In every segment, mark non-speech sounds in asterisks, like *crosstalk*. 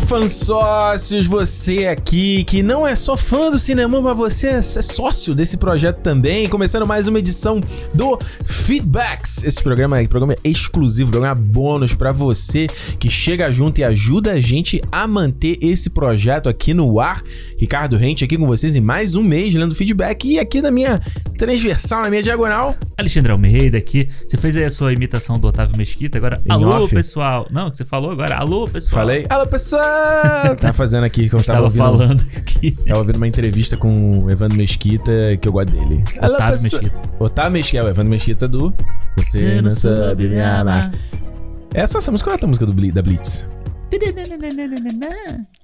fansócios, você aqui que não é só fã do cinema, mas você é sócio desse projeto também. Começando mais uma edição do Feedbacks. Esse programa é programa exclusivo, programa é bônus pra você que chega junto e ajuda a gente a manter esse projeto aqui no ar. Ricardo Rente aqui com vocês em mais um mês lendo feedback e aqui na minha transversal, na minha diagonal. Alexandre Almeida aqui. Você fez aí a sua imitação do Otávio Mesquita, agora Em alô off. pessoal. Não, que você falou agora, alô pessoal. Falei. Alô, pessoal! *laughs* tá fazendo aqui que eu Estava estava ouvindo. um falando *laughs* aqui. Tava ouvindo uma entrevista com o Evandro Mesquita, que eu gosto dele. Alô, Otávio pessoal. Mesquita. Otávio Mesquita, é o Evandro Mesquita do Você Não Sabe Me Amar. Essa, essa música, qual é a música do Bli- da Blitz?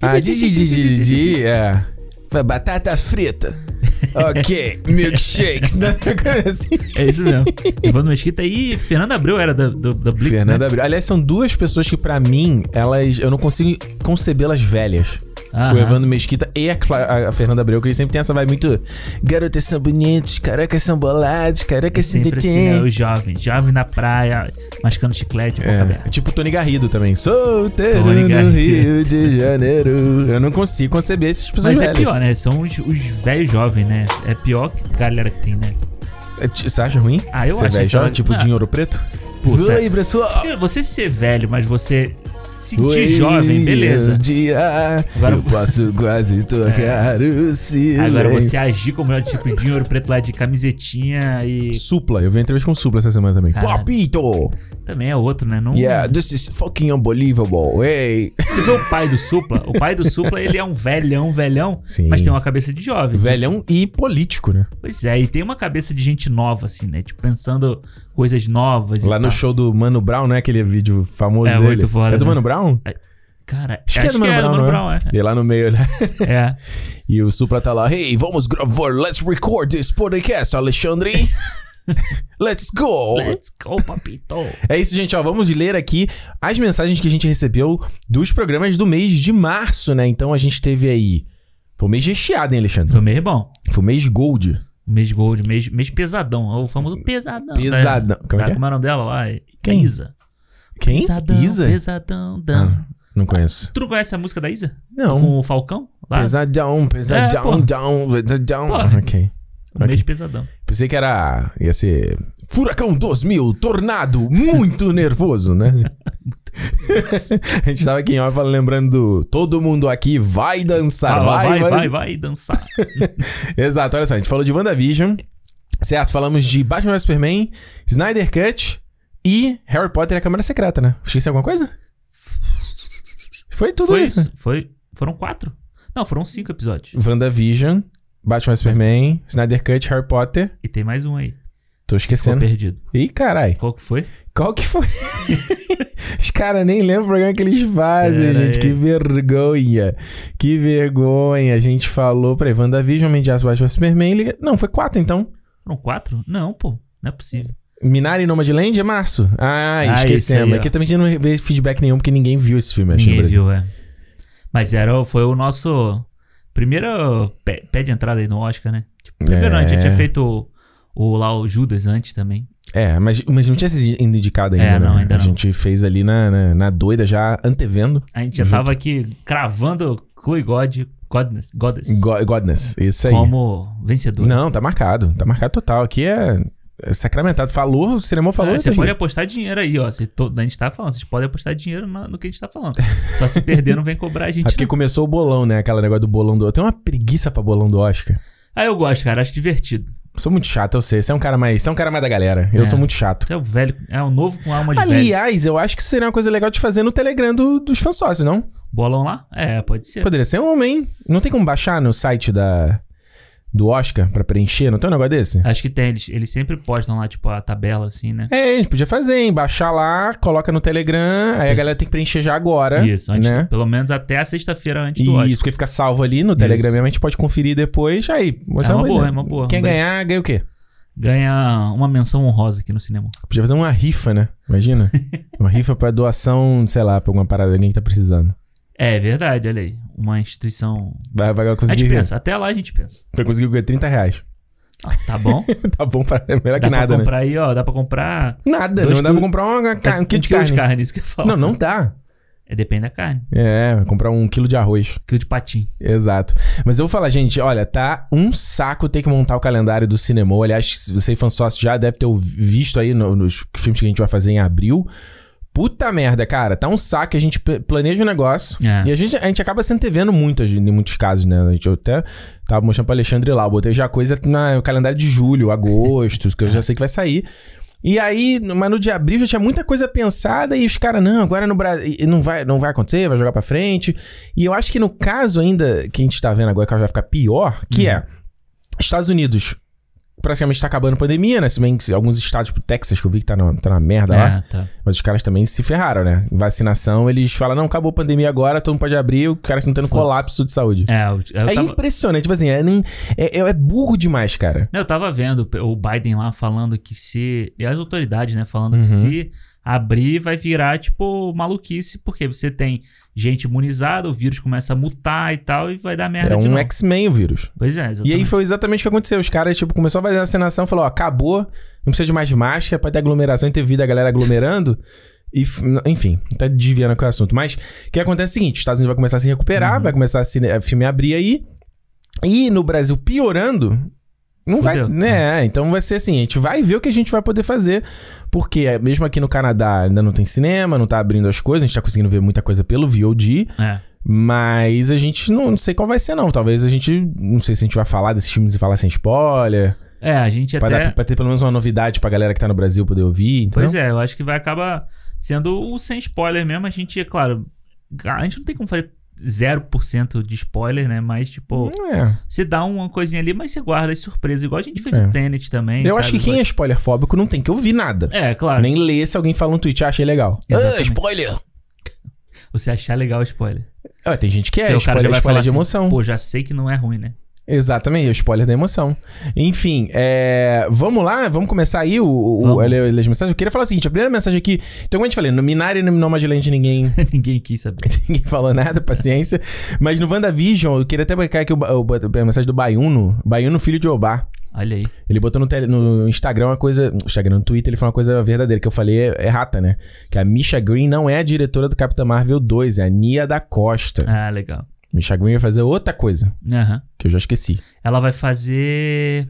Ah, Didi, Didi, Didi, é. Foi Batata frita. ok, milkshakes. Né? *laughs* Assim. É isso mesmo. Evandro Mesquita e Fernanda Abreu era da, do, da Blitz, Fernanda né? Abreu. Aliás, são duas pessoas que, pra mim, elas. Eu não consigo concebê-las velhas. O Aham. Evandro Mesquita e a, Cla- a Fernanda Abreu, que eles sempre tem essa vai muito. Garotas são bonitos, caracas são bolados, caracas são Sempre assim, né? assim, O jovem, jovem na praia, mascando chiclete, boca aberta. é, tipo Tony Garrido também. Solteiro Tony no Garrido. Rio de Janeiro. Eu não consigo conceber esses pessoas Mas é velhas. pior, né? São os, os velhos jovens, né? É pior que a galera que tem, né? É, ti- Você acha ruim? Ah, eu Você acho, velho então, jovem, tipo não. de ouro preto? Puta. Fala aí, pessoal. Você ser velho, mas você sentir Oi, jovem, beleza. um Dia, Agora eu vo- posso *laughs* quase tocar o silêncio. Agora você agir como é tipo de ouro preto lá de camisetinha e. Supla, eu vi uma entrevista com o Supla essa semana também. Caralho. Papito! Também é outro, né? Não Yeah, this is fucking unbelievable. Hey! Tu vê o pai do Supla? O pai do Supla, ele é um velhão, velhão, Sim. mas tem uma cabeça de jovem. Velhão e político, né? Pois é, e tem uma cabeça de gente nova, assim, né? Tipo, pensando coisas novas e Lá no tal. show do Mano Brown, né? Aquele vídeo famoso Tá. É, dele. muito foda, é do né? Mano Brown? Cara, Acho, que é do Mano Brown, não é? E lá no meio, né? é. *laughs* é. E o Supla tá lá. Hey, vamos gravar. Let's record this podcast, Alexandre. *laughs* Let's go. Let's go, papito. É isso, gente. Ó, vamos ler aqui as mensagens que a gente recebeu dos programas do mês de março, né? Então a gente teve aí. Foi um mês recheado, hein, Alexandre? Foi meio bom. Foi um mês gold. Mês gold, mês, mês pesadão. É o famoso pesadão. né? Pesadão. Como é que Tá, é? como é o nome dela lá? É Quem? Isa. Quem? Pesadão, Isa? pesadão, dan. Não conheço. Tu não conhece a música da Isa? Não. Com o Falcão? Lá? Um Pesadão, É, pesadão, pô. down, pesadão. Pô. Ok. Mês Ok. pesadão. Pensei é que era. ia ser. Furacão 2000, tornado, *laughs* muito nervoso, né? *laughs* a gente tava aqui em Orfa lembrando do. Todo mundo aqui vai dançar, Ah, Tá, vai, vai, vai, vai, vai dançar. Exato, olha só, a gente falou de WandaVision, certo? Falamos de Batman vs Superman, Snyder Cut e Harry Potter e a Câmara Secreta, né? Esqueci alguma coisa? Foi *laughs* tudo foi, isso. foi, foram quatro? Não, foram cinco episódios. WandaVision, Batman vs Superman, Snyder Cut, Harry Potter. E tem mais um aí. Tô Ficou esquecendo. perdido. Ih, carai. Qual que foi? Qual que foi? *laughs* Os caras nem lembram o programa que eles fazem, Pera gente. aí. Que vergonha. Que vergonha. A gente falou, peraí, WandaVision, Mendias Batman vs Superman. liga- Não, foi quatro então. Foram quatro? Não, pô. Não é possível. Minari Nomadland é março. Ah, Ah, esquecemos. esse aí, ó. Aqui também a gente não vê feedback nenhum, porque ninguém viu esse filme, acho, no Ninguém Brasil. viu, é. Mas era, o- foi o nosso primeiro pé, pé de entrada aí no Oscar, né? Tipo, primeiro, É. a gente tinha feito o, o lá o Judas antes também. É, mas, mas não tinha sido ainda indicado ainda, né? É, não, ainda a não. gente fez ali na, na, na doida, já antevendo. A gente já Junto. tava aqui cravando Chloe God, Godness, Goddess Go- Godness, isso aí. como vencedor. Não, tá marcado. Tá marcado total. Aqui é, é sacramentado. Falou, o cinema falou. Ah, você tá pode ligado? apostar dinheiro aí, ó. Você to- a gente tá falando, vocês podem apostar dinheiro na- no, que a gente tá falando. Só se perder, não vem cobrar a gente. É porque não. começou o bolão, né? Aquela negócio do bolão do... Eu tenho uma preguiça pra bolão do Oscar. Ah, eu gosto, cara, acho divertido. Sou muito chato, eu sei. Você é um cara mais, você é um cara mais da galera. Eu É. sou muito chato. Você é o velho, é o novo com alma de velho. Aliás, eu acho que isso seria uma coisa legal de fazer no Telegram do, dos fansócios, não? Bolão lá? É, pode ser. Poderia ser um homem. Não tem como baixar no site da do Oscar pra preencher? Não tem um negócio desse? Acho que tem, eles, eles sempre postam lá, tipo, a tabela assim, né? É, a gente podia fazer, hein? Baixar lá, coloca no Telegram, aí a Isso. galera tem que preencher já agora. Isso, antes, né? pelo menos até a sexta-feira antes do Isso, Oscar. porque fica salvo ali no Telegram, Isso. mesmo, a gente pode conferir depois. Aí, mostrar É uma boa, ideia. é uma boa. Quem Bem- ganhar, ganha o quê? Ganha uma menção honrosa aqui no cinema. Podia fazer uma rifa, né? *laughs* Imagina. uma rifa pra doação, sei lá, pra alguma parada, alguém que tá precisando. É verdade, olha aí. Uma instituição. Vai, vai A gente conseguir. pensa, até lá a gente pensa. Vai conseguir o quê? 30 reais. *laughs* Ah, tá bom. tá bom pra. *laughs* é Melhor dá que nada, pra né? comprar aí, ó, dá pra comprar. Nada, Dois não dá pra quilos- comprar uma, ca- um um quilo de quilo de carne. carne, isso que eu falo. Não, não dá. É, depende da carne. É, vai comprar um quilo de arroz. Quilo de patim. Exato. Mas eu vou falar, gente, olha, tá um saco ter que montar o calendário do cinema. Aliás, se você é fã sócio já deve ter visto aí no- nos filmes que a gente vai fazer em abril. Puta merda, cara, tá um saco que a gente pe- planeja o negócio. É. E a gente, a gente acaba se antevendo muito às- em muitos casos, né? A gente eu até tava mostrando pro Alexandre lá, eu botei já coisa na- no calendário de julho, agosto, que eu já sei que vai sair. E aí, no- mas no de abril já tinha muita coisa pensada e os caras, não, agora é no Brasil não vai, não vai acontecer, vai jogar pra frente. E eu acho que no caso ainda que a gente tá vendo agora, que vai ficar pior, que Uhum. é Estados Unidos praticamente tá acabando a pandemia, né? Se bem que alguns estados, tipo Texas, que eu vi que tá na, tá na merda lá. É, tá. Mas os caras também se ferraram, né? Vacinação, eles falam, não, acabou a pandemia agora, todo mundo pode abrir, os caras estão tendo Foda-se. colapso de saúde. É, eu, eu É tava, impressionante, tipo assim, é, nem- é- é- é burro demais, cara. Não, eu tava vendo o Biden lá falando que se. E as autoridades, né? Falando Uhum. que se abrir, vai virar, tipo, maluquice, porque você tem gente imunizada, o vírus começa a mutar e tal, e vai dar merda É de um novo. X-Men o vírus. Pois é, E exatamente. aí foi exatamente o que aconteceu. Os caras, tipo, começou a fazer a vacinação, falou, ó, acabou, não precisa de mais máscara, pode ter aglomeração e ter vida a galera aglomerando. E, f- enfim, tá desviando aqui o assunto. Mas o que acontece é o seguinte: os Estados Unidos vai começar a se recuperar, vai começar a se, a filme abrir aí. E no Brasil piorando, não vai. Fudeu. Né? Então vai ser assim: a gente vai ver o que a gente vai poder fazer. Porque é, mesmo aqui no Canadá ainda não tem cinema, não tá abrindo as coisas, a gente tá conseguindo ver muita coisa pelo VOD. É. Mas a gente não, não sei qual vai ser, não. Talvez a gente. Não sei se a gente vai falar desses filmes e falar sem spoiler. É, a gente Pra, dar- até. pra ter pelo menos uma novidade pra galera que tá no Brasil poder ouvir. Entendeu? Pois é, eu acho que vai acabar sendo o sem spoiler mesmo. A gente, é claro, a gente não tem como fazer 0% de spoiler, né? Mas, tipo, É. você dá uma coisinha ali, mas você guarda as surpresas, igual a gente fez É. o Tenet também. Eu sabe? acho que quem é spoilerfóbico não tem que ouvir nada. É, claro. Nem ler se alguém fala um tweet, ah, achei legal. Exatamente. spoiler! Você achar legal o spoiler. Ah, tem gente que é, Porque o cara já spoiler, vai spoiler falar de assim, emoção. Pô, já sei que não é ruim, né? *laughs* Exatamente, é o spoiler da emoção. Enfim, é, vamos lá, vamos começar aí o, o, o Vamos. a ler- ler as mensagens. Eu queria falar o seguinte, a primeira mensagem aqui... Então, como a gente falei, no Minari e no Nomadland ninguém, Ninguém quis saber. *laughs* ninguém falou nada, paciência. Mas no WandaVision, eu queria até marcar aqui o, ba- o ba- a mensagem do Baiuno. Baiuno, filho de Obá. Olha aí. Ele botou no, tele- no Instagram uma coisa. No Instagram, no Twitter, ele falou uma coisa verdadeira, que eu falei é- errata, né? Que a Misha Green não é a diretora do Capitã Marvel 2, é a Nia da Costa. Ah, legal. Misha Green vai fazer outra coisa, Aham. que eu já esqueci. Ela vai fazer.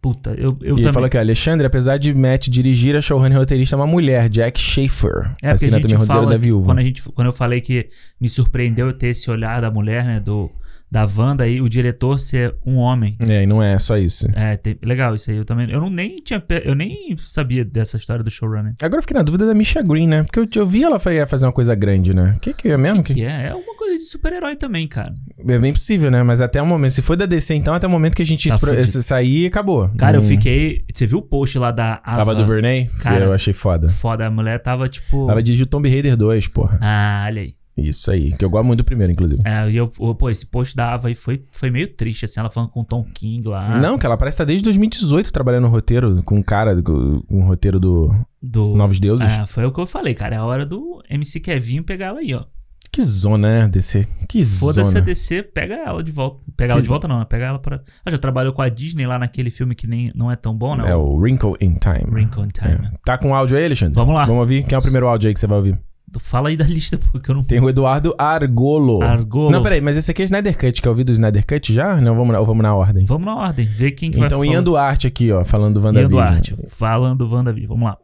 Puta, eu, eu e também. É, ele falou que Alexandre, apesar de Matt dirigir, a showrunner e roteirista é uma mulher, Jack Schaefer. é porque a gente também o roteiro fala da que viúva. Quando, a gente, quando eu falei que me surpreendeu eu ter esse olhar da mulher, né? Do, da Wanda aí, o diretor ser um homem. É, e não é só isso. É, tem- legal isso aí. Eu também. Eu não nem tinha. pe- Eu nem sabia dessa história do showrunner. Agora eu fiquei na dúvida da Misha Green, né? Porque eu, eu vi ela fa- fazer uma coisa grande, né? O que, que é mesmo? Que Que é? É alguma coisa de super-herói também, cara. É bem possível, né? Mas até o momento. Se for da DC, então até o momento que a gente Tá espro- fudido. se- sair, acabou. Cara, eu Não- fiquei. Você viu o post lá da Uhum. Tava Ava? do Vernay? Cara. eu achei foda. Foda, a mulher tava tipo. Tava dirigiu Tomb Raider 2, porra. Ah, olha aí. Isso aí. Que eu gosto muito do primeiro, inclusive. É, e eu, eu- pô, esse post da Ava aí foi, foi meio triste, assim, ela falando com o Tom King lá. Não, que ela parece estar desde 2018 trabalhando no roteiro com um cara, com um roteiro do Do. Novos Deuses. Ah, foi o que eu falei, cara. É a hora do MC Kevinho pegar ela aí, ó. Que zona, né, DC? Que Foda-se a zona. DC, pega ela de volta. Pega ela de volta, não, né? Pega ela pra. Ela já trabalhou com a Disney lá naquele filme que nem não é tão bom, não. É o Wrinkle in Time. Wrinkle in Time. né? É. Tá com áudio aí, Alexandre? Vamos lá. Vamos ouvir? Quem é o primeiro áudio aí que você vai ouvir? Fala aí da lista, *laughs* porque eu não Tem o Eduardo Argolo. Argolo. Não, peraí, mas esse aqui é Snyder Cut, que eu ouvi do Snyder Cut já? Não, vamos na, ou vamos na ordem. Vamos na ordem, ver quem que Então, vai Ian Duarte aqui, ó, falando do Ian WandaVision. Duarte. Falando WandaVision. Vamos lá.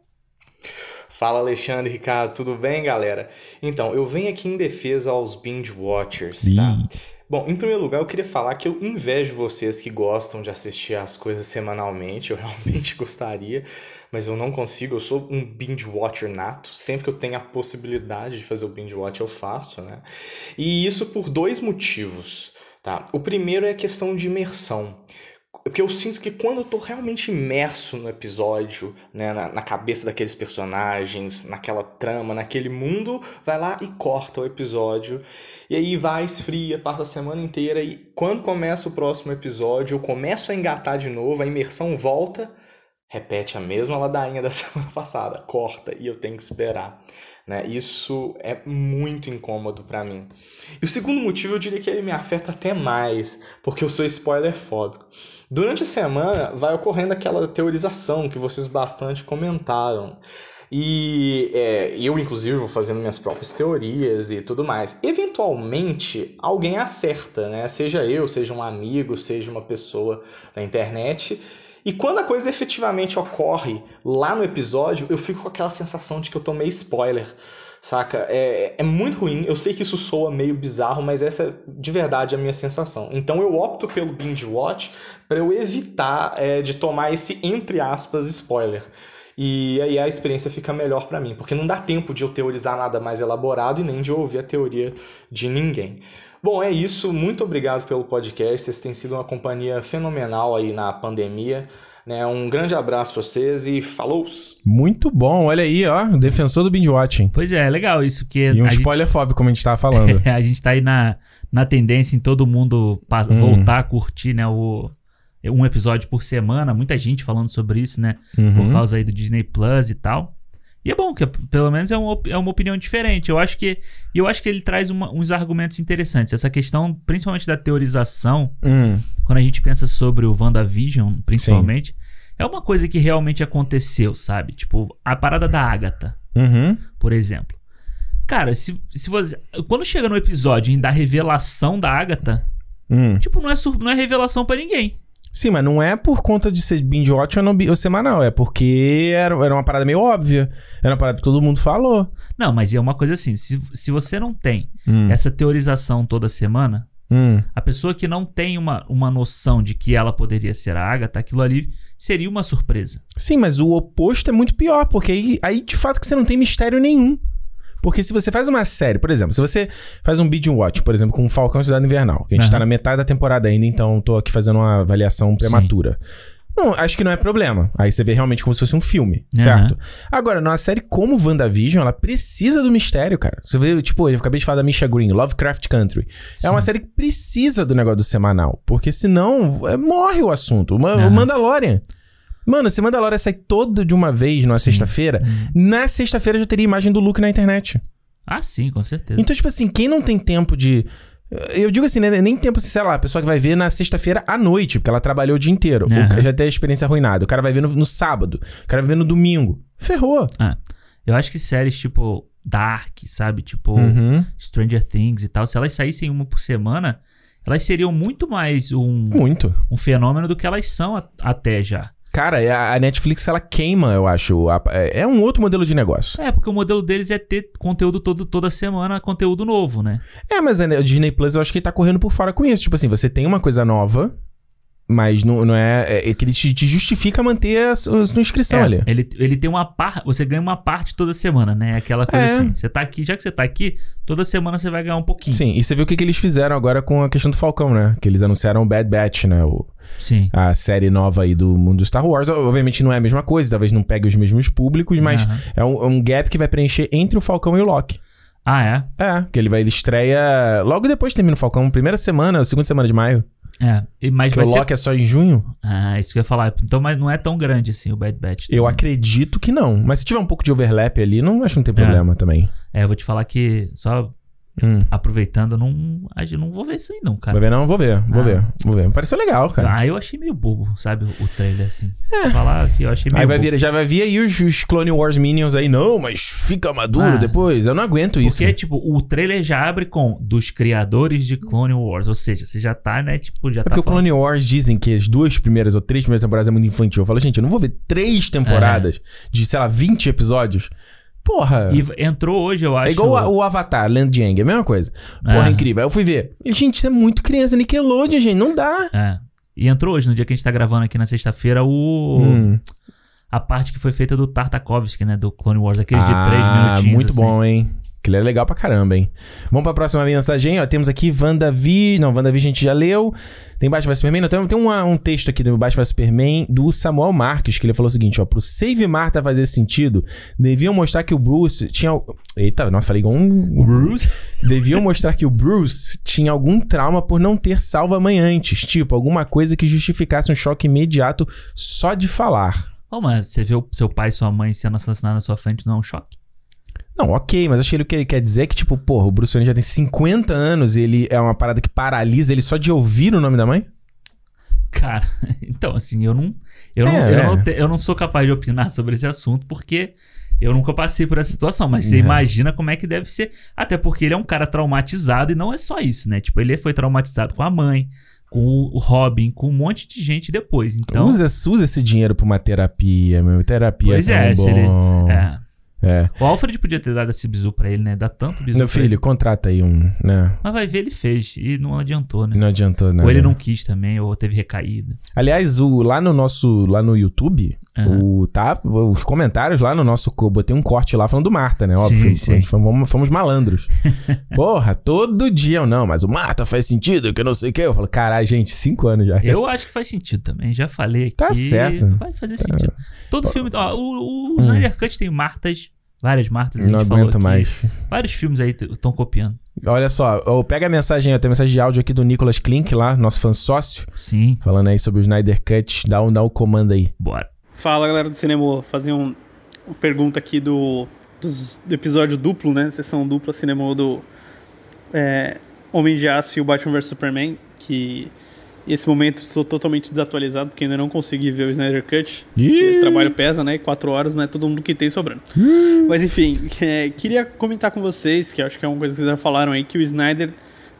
Fala Alexandre, Ricardo, tudo bem, galera? Então, eu venho aqui em defesa aos binge watchers, tá? Ih. Bom, em primeiro lugar, eu queria falar que eu invejo vocês que gostam de assistir as coisas semanalmente, eu *laughs* realmente gostaria, mas eu não consigo, eu sou um binge watcher nato, sempre que eu tenho a possibilidade de fazer o binge watch eu faço, né? E isso por dois motivos, tá? O primeiro é a questão de imersão. Porque eu sinto que quando eu tô realmente imerso no episódio, né, na, na cabeça daqueles personagens, naquela trama, naquele mundo, vai lá e corta o episódio. E aí vai, esfria, passa a semana inteira e quando começa o próximo episódio, eu começo a engatar de novo, a imersão volta, repete a mesma ladainha da *laughs* semana passada, corta e eu tenho que esperar. Né? Isso é muito incômodo pra mim. E o segundo motivo, eu diria que ele me afeta até mais, porque eu sou spoiler fóbico. Durante a semana vai ocorrendo aquela teorização que vocês bastante comentaram. E é, eu, inclusive, vou fazendo minhas próprias teorias e tudo mais. Eventualmente, alguém acerta, né? Seja eu, seja um amigo, seja uma pessoa na internet. E quando a coisa efetivamente ocorre lá no episódio, eu fico com aquela sensação de que eu tomei spoiler saca? É, é muito ruim. Eu sei que isso soa meio bizarro, mas essa é de verdade a minha sensação. Então eu opto pelo binge watch para eu evitar é, de tomar esse entre aspas spoiler. E aí a experiência fica melhor para mim, porque não dá tempo de eu teorizar nada mais elaborado e nem de ouvir a teoria de ninguém. Bom, é isso. Muito obrigado pelo podcast. Vocês têm sido uma companhia fenomenal aí na pandemia. Um grande abraço pra vocês e falou! Muito bom, olha aí, ó, defensor do binge watching. Pois é, é legal isso, porque... E um *laughs* spoiler gente... fóbico, como a gente tava falando. a gente tá aí na, na tendência em todo mundo passa, uhum. voltar a curtir, né, o, um episódio por semana, muita gente falando sobre isso, né, uhum. *laughs* por causa aí do Disney Plus e tal. E é bom, que pelo menos é uma, é uma opinião diferente. Eu acho que eu acho que ele traz uma, uns argumentos interessantes. Essa questão, principalmente da teorização, uhum. quando a gente pensa sobre o WandaVision, principalmente, Sim é uma coisa que realmente aconteceu, sabe? Tipo, a parada da Agatha, uhum. por exemplo. Cara, se, se você. Quando chega no episódio hein, da revelação da Agatha, hum. tipo, não é, sur, não é revelação para ninguém. Sim, mas não é por conta de ser binge watch ou, não, ou semanal, é porque era, era uma parada meio óbvia. Era uma parada que todo mundo falou. Não, mas é uma coisa assim: se, se você não tem hum. essa teorização toda semana, Hum. A pessoa que não tem uma, uma noção de que ela poderia ser a Agatha, aquilo ali seria uma surpresa. Sim, mas o oposto é muito pior, porque aí, aí de fato que você não tem mistério nenhum. Porque se você faz uma série, por exemplo, se você faz um binge watch, por exemplo, com o Falcão e Cidade Invernal, que a gente uhum. tá na metade da temporada ainda, então tô aqui fazendo uma avaliação prematura. Sim. Não, acho que não é problema. Aí você vê realmente como se fosse um filme, uhum. certo? Agora, numa série como WandaVision, ela precisa do mistério, cara. Você vê, tipo, eu acabei de falar da Misha Green, Lovecraft Country. Sim. É uma série que precisa do negócio do semanal, porque senão é, morre o assunto. O, uhum. o Mandalorian. Mano, se Mandalorian sai todo de uma vez numa sexta-feira, uhum. na sexta-feira já teria imagem do Luke na internet. Ah, sim, com certeza. Então, tipo assim, quem não tem tempo de eu digo assim, né? Nem tempo, sei lá, a pessoa que vai ver na sexta-feira à noite, porque ela trabalhou o dia inteiro. Uhum. já tem a experiência arruinada. O cara vai ver no, no, sábado, o cara vai ver no domingo. Ferrou. Ah, eu acho que séries tipo Dark, sabe? Tipo uhum. Stranger Things e tal, se elas saíssem uma por semana, elas seriam muito mais um, muito. um fenômeno do que elas são a, até já. Cara, é a Netflix ela queima, eu acho. A, é um outro modelo de negócio. É, porque o modelo deles é ter conteúdo todo, toda semana, conteúdo novo, né? É, mas o Disney Plus eu acho que ele tá correndo por fora com isso. Tipo assim, você tem uma coisa nova, mas não, não é, é. que ele te, te justifica manter a, sua inscrição é, ali. Ele, ele tem uma parte. Você ganha uma parte toda semana, né? Aquela coisa é. assim. Você tá aqui, já que você tá aqui, toda semana você vai ganhar um pouquinho. Sim, e você viu o que, que eles fizeram agora com a questão do Falcão, né? Que eles anunciaram o Bad Batch, né? O, Sim. a série nova aí do mundo Star Wars. Obviamente não é a mesma coisa, talvez não pegue os mesmos públicos, mas Aham. é um, um, gap que vai preencher entre o Falcão e o Loki. Ah, é? É, que ele vai, ele estreia logo depois termina o Falcão, primeira semana, segunda semana de maio. É, e- mas Porque vai o Loki ser... é só em junho? Ah, isso que eu ia falar. Então, mas não é tão grande assim o Bad Batch. Eu também. acredito que não. Mas se tiver um pouco de overlap ali, não acho que não tem problema também. É, eu vou te falar que só Hum. aproveitando, eu não, a gente não vou ver isso aí não, cara. Vai ver não? Vou ver, vou Ah. ver, vou ver. Pareceu legal, cara. É. Ah, eu achei meio bobo, sabe, o trailer assim. Vou falar que eu achei meio Aí vai bobo. vir, já vai vir aí os, os Clone Wars Minions aí, não, mas fica maduro Ah. depois. Eu não aguento isso. É Porque, tipo, o trailer já abre com dos criadores de Clone Wars. Ou seja, você já tá, né? Tipo, já É tá. porque o falando Clone Wars dizem que as duas primeiras ou três primeiras temporadas é muito infantil. Eu falo, gente, eu não vou ver É. três temporadas de, sei lá, 20 episódios. Porra. assim. E entrou hoje, eu acho. É igual a- o Avatar, Land Yang, é a mesma coisa. Porra, É. incrível. Aí eu fui ver. E, gente, isso é muito criança, Nickelodeon, gente, não dá. É. E entrou hoje, no dia que a gente tá gravando aqui na sexta-feira, o. Hum. A parte que foi feita do Tartakovsky, né? Do Clone Wars, aqueles Ah, de três minutinhos. Muito assim. bom, hein? Que é legal pra caramba, hein? Vamos pra próxima mensagem, ó. Temos aqui Wandavi. Não, Wandavi a gente já leu. Tem Batman vs Superman. Não, tem tem uma- um texto aqui do Batman vs Superman do Samuel Marques, que ele falou o seguinte, ó. Pro Save Marta fazer sentido, deviam mostrar que o Bruce tinha... al- Eita, nossa, falei igual um... Bruce? *laughs* Deviam mostrar que o Bruce tinha algum trauma por não ter salvo a mãe antes. Tipo, alguma coisa que justificasse um choque imediato só de falar. Ô, mas você vê o seu pai e sua mãe sendo assassinados na sua frente, não é um choque? Não, ok, mas acho que ele, o que ele quer dizer é que, tipo, porra, o Bruce Wayne já tem 50 anos e ele é uma parada que paralisa ele só de ouvir o nome da mãe? Cara, *laughs* então, assim, eu não. Eu, É, não, eu, é. não, te- eu não sou capaz de opinar sobre esse assunto, porque Eu nunca passei por essa situação, mas você Uhum. imagina como é que deve ser. Até porque ele é um cara traumatizado e não é só isso, né? Tipo, ele foi traumatizado com a mãe, com o Robin, com um monte de gente depois. Então, usa, usa esse dinheiro pra uma terapia, meu. Terapia Pois é é, tão se ele- bom. é. É. O Alfred podia ter dado esse bizu pra ele, né? Dá tanto bizu Meu pra ele. filho, contrata aí um, né? Mas vai ver, ele fez e não adiantou, né? Não adiantou nada. Ou ele não quis também, ou teve recaída. Aliás, o, lá no nosso, lá no YouTube, Aham. o, tá, os comentários lá no nosso, eu botei um corte lá falando do Marta, né? Óbvio, Sim, fomos- sim. Fomos, fomos malandros. *laughs* Porra, todo dia eu não, mas o Marta faz sentido, que eu não sei o que. Eu falo, caralho, gente, cinco anos já. Eu acho que faz sentido também, já falei aqui. Tá certo. É. Tá. Hum. Vai fazer sentido. Todo filme. Ó, o, o Snyder Cut tem Martas, várias Martas. a gente não falou aguento aqui. mais. Vários filmes aí estão copiando. Olha só, ó, pega a mensagem, ó, tem mensagem de áudio aqui do Nicolas Klink lá, nosso fã sócio, Sim, falando aí sobre o Snyder Cut. Dá um, dá um comando aí. bora. Fala galera do Cinema, fazer um, uma pergunta aqui do, dos- do episódio duplo, né? Sessão dupla Cinema do é, Homem de Aço e o Batman vs Superman, que esse momento estou totalmente desatualizado porque ainda não consegui ver o Snyder Cut. Porque o trabalho pesa, né? E Quatro horas não é todo mundo que tem sobrando. Mas enfim, é, queria comentar com vocês, que eu acho que é uma coisa que vocês já falaram aí, que o Snyder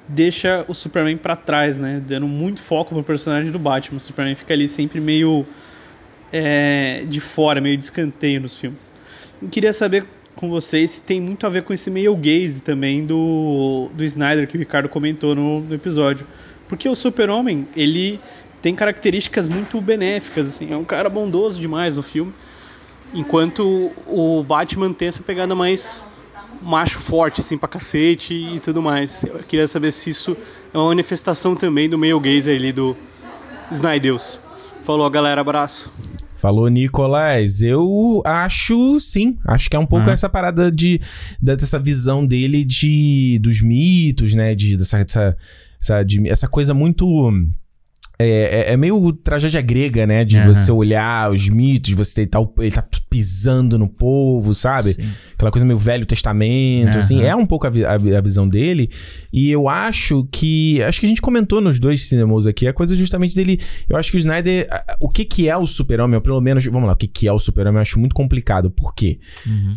deixa o Superman pra trás, né? Dando muito foco pro personagem do Batman. O Superman fica ali sempre meio é, de fora, meio de escanteio nos filmes. Eu queria saber com vocês se tem muito a ver com esse meio gaze também do, do Snyder, que o Ricardo comentou no, no episódio. Porque o Super-Homem, ele tem características muito benéficas, assim, é um cara bondoso demais no filme. Enquanto o Batman tem essa pegada mais macho forte, assim, pra cacete e tudo mais. Eu queria saber se isso é uma manifestação também do meio gaze ali do Snydeus. Falou, galera, abraço. Falou, Nicolás. Eu acho sim. Acho que é um pouco Ah. essa parada de, da- dessa visão dele de dos mitos, né? De, dessa, dessa, essa, de- essa coisa muito. É, é- é meio tragédia grega, né? De Aham. você olhar os mitos, você tentar. o- Ele tá pisando no povo, sabe? Sim. aquela coisa meio Velho Testamento, Aham. assim, é um pouco a, vi- a vi- a visão dele. E eu acho que. Acho que a gente comentou nos dois cinemas aqui, a coisa justamente dele. Eu acho que o Snyder. a- a- O que, que é o super-homem? ou Pelo menos. Vamos lá, o que, que é o super-homem? Eu acho muito complicado. Por quê? Uhum.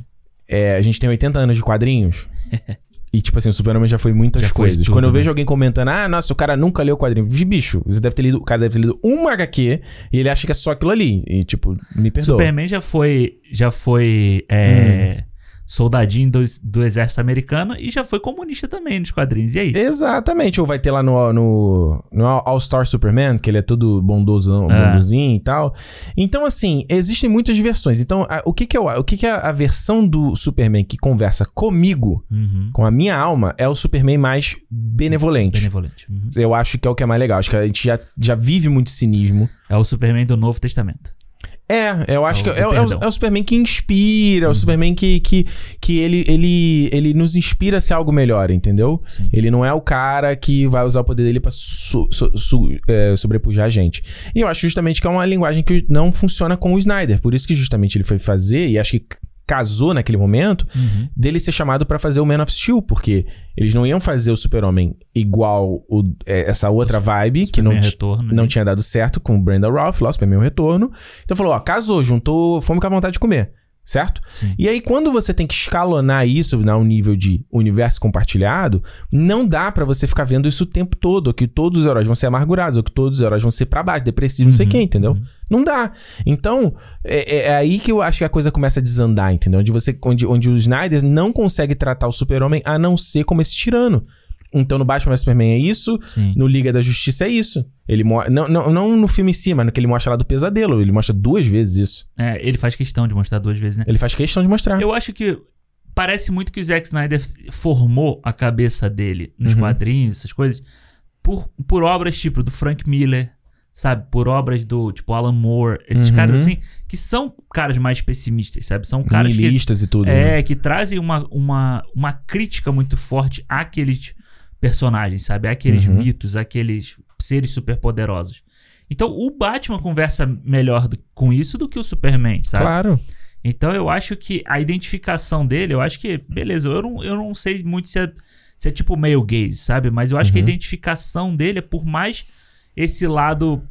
É, a gente tem 80 anos de *laughs* quadrinhos. E, tipo assim, o Super-Homem já foi muitas Já foi coisas. tudo, Quando eu né? vejo alguém comentando, ah, nossa, o cara nunca leu o quadrinho. De bicho, você deve ter lido, o cara deve ter lido uma HQ e ele acha que é só aquilo ali. E, tipo, me perdoa. Hum. Superman já foi, já foi é, soldadinho do, do exército americano e já foi comunista também nos quadrinhos. E aí? Exatamente, ou vai ter lá no, no, no All-Star Superman, que ele é todo bondoso, É. bondozinho e tal. Então, assim, existem muitas versões. Então, a- o que, que, eu, o que, que é a versão do Superman que conversa comigo, Uhum. com a minha alma, é o Superman mais benevolente. Benevolente. Uhum. eu acho que é o que é mais legal. Acho que a gente já, já vive muito cinismo. É o Superman do Novo Testamento. É, eu acho É que o- é, é o- perdão. Uhum. é o Superman que inspira, é o Superman que, que, que ele, ele, ele nos inspira a ser algo melhor, entendeu? Sim. Ele não é o cara que vai usar o poder dele pra su- su- su- é, sobrepujar a gente. E eu acho justamente que é uma linguagem que não funciona com o Snyder. Por isso que justamente ele foi fazer, e acho que casou naquele momento, Uhum. dele ser chamado pra fazer o Man of Steel, porque eles não iam fazer o Super-Homem igual o- é, essa outra vibe, que não, Superman ti- retorno. não né? tinha dado certo com o Brenda Ralph, lá o Superman Retorno. Então falou, ó, casou, juntou fome com a vontade de comer, certo? Sim. E aí, quando você tem que escalonar isso na um nível de universo compartilhado, não dá pra você ficar vendo isso o tempo todo, ou que todos os heróis vão ser amargurados, ou que todos os heróis vão ser pra baixo, depressivos, não sei Uhum, quem, entendeu? uhum. Não dá. Então, é, é- é aí que eu acho que a coisa começa a desandar, entendeu? Onde, você, onde, onde o Snyder não consegue tratar o super-homem a não ser como esse tirano. Então, no Batman vs Superman é isso, Sim. no Liga da Justiça é isso. Ele mo- não, não, não no filme em si, mas no que ele mostra lá do pesadelo. Ele mostra duas vezes isso. É, ele faz questão de mostrar duas vezes, né? Ele faz questão de mostrar. Eu acho que parece muito que o Zack Snyder formou a cabeça dele nos Uhum. quadrinhos, essas coisas, por, por obras tipo do Frank Miller, sabe? Por obras do tipo Alan Moore, esses Uhum. caras assim, que são caras mais pessimistas, sabe? São caras que Nihilistas e tudo. né? é, que trazem uma, uma, uma crítica muito forte àqueles personagens, sabe? Àqueles Uhum. mitos, àqueles seres superpoderosos. Então, o Batman conversa melhor do- com isso do que o Superman, sabe? Claro. Então, eu acho que a identificação dele, eu acho que, beleza, eu não, eu não sei muito se é, se é tipo male gaze, sabe? Mas eu acho que a Uhum. identificação dele é por mais esse lado,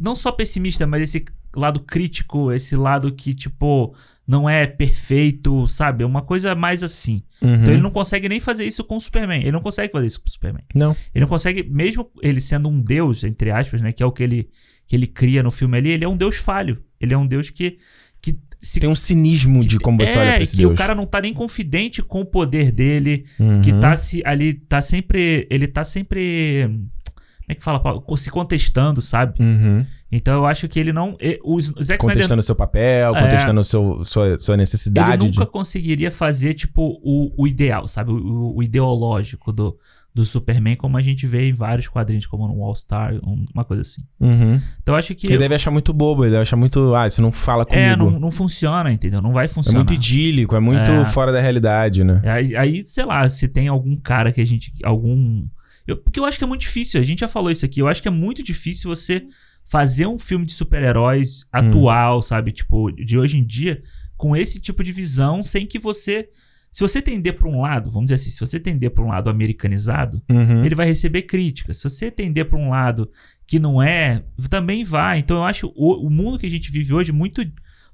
não só pessimista, mas esse lado crítico, esse lado que, tipo, não é perfeito, sabe? É uma coisa mais assim. Uhum. Então ele não consegue nem fazer isso com o Superman. Ele não consegue fazer isso com o Superman. Não. Ele não consegue, mesmo ele sendo um deus, entre aspas, né? Que é o que ele, que ele cria no filme ali, ele é um deus falho. Ele é um deus que. que se Tem um cinismo de como você olha é, pra esse que Deus. o cara não tá nem confidente com o poder dele, Uhum. que tá se ali tá sempre, ele tá sempre como é que fala, Paulo? Co- se contestando, sabe? Uhum. Então eu acho que ele não, e- o Z- o Zack Snyder Contestando o seu papel, tá É. contestando o seu, sua, sua ele necessidade nunca conseguiria fazer tipo o, o ideal, sabe? O, o- o ideológico do do Superman, como a gente vê em vários quadrinhos, como no All Star, um- uma coisa assim. de. Uhum. Então eu acho que Ele deve achar muito bobo, ele deve achar muito. Ah, isso não fala comigo. é, não, não funciona, entendeu? Não vai É funcionar. muito idílico, é muito É. fora da realidade, né? Aí, aí, sei lá, se tem algum cara que a gente. Algum. Eu- porque eu acho que é muito difícil, a gente já falou isso aqui. Eu acho que é muito difícil você fazer um filme de super-heróis atual, sabe? Tipo, de hoje em dia, com esse tipo de visão, sem que você. Se você tender para um lado, vamos dizer assim, se você tender para um lado americanizado, Uhum. ele vai receber críticas. Se você tender para um lado que não é, também vai. Então eu acho o, o mundo que a gente vive hoje muito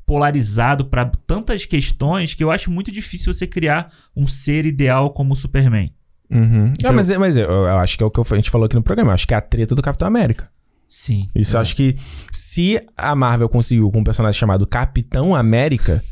polarizado para tantas questões que eu acho muito difícil você criar um ser ideal como o Superman. Uhum. Ah, Então- mas, é- mas é, eu, eu acho que é o que eu- a gente falou aqui no programa. eu acho que é a treta do Capitão América. Sim. Isso eu acho que se a Marvel conseguiu com um personagem chamado Capitão América,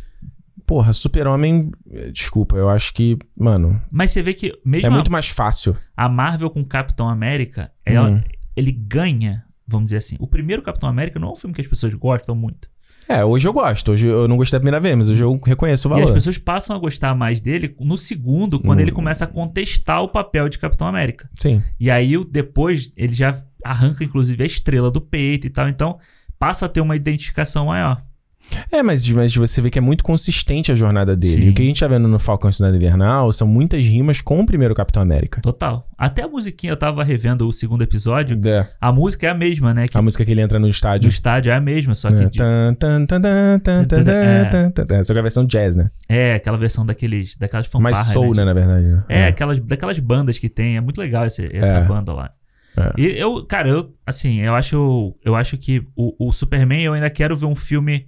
porra, Super-Homem, eh, desculpa, eu acho que, mano, Mas você vê que mesmo é a- muito mais fácil. a Marvel com o Capitão América, ela- Hum. ele ganha, vamos dizer assim. O primeiro Capitão América não é um filme que as pessoas gostam muito. É, hoje eu gosto. Hoje eu não gostei da primeira vez, mas hoje eu reconheço o E as valor. pessoas passam a gostar mais dele no segundo, quando Hum. ele começa a contestar o papel de Capitão América. Sim. E aí o- depois ele já arranca, inclusive, a estrela do peito e tal. Então passa a ter uma identificação maior. É, mas, mas você vê que é muito consistente a jornada dele. Sim. E o que a gente tá vendo no Falcão e Cidade Invernal são muitas rimas com o primeiro Capitão América. Total. Até a musiquinha, eu tava revendo o segundo episódio. É. A música é a mesma, né? Que A música que ele entra no do estádio. estádio é a mesma, só que. É, de- tan, tan, tan, tan, tan, tan, tan, tan, tan. Só que a versão jazz, né? É, aquela versão daqueles, daquelas fanfarras. Mais soul, né, na verdade. né? É, aquelas, daquelas bandas que tem. É muito legal esse- essa É. banda lá. É. E eu, cara, eu, assim, eu acho, eu acho que o, o Superman, eu ainda quero ver um filme.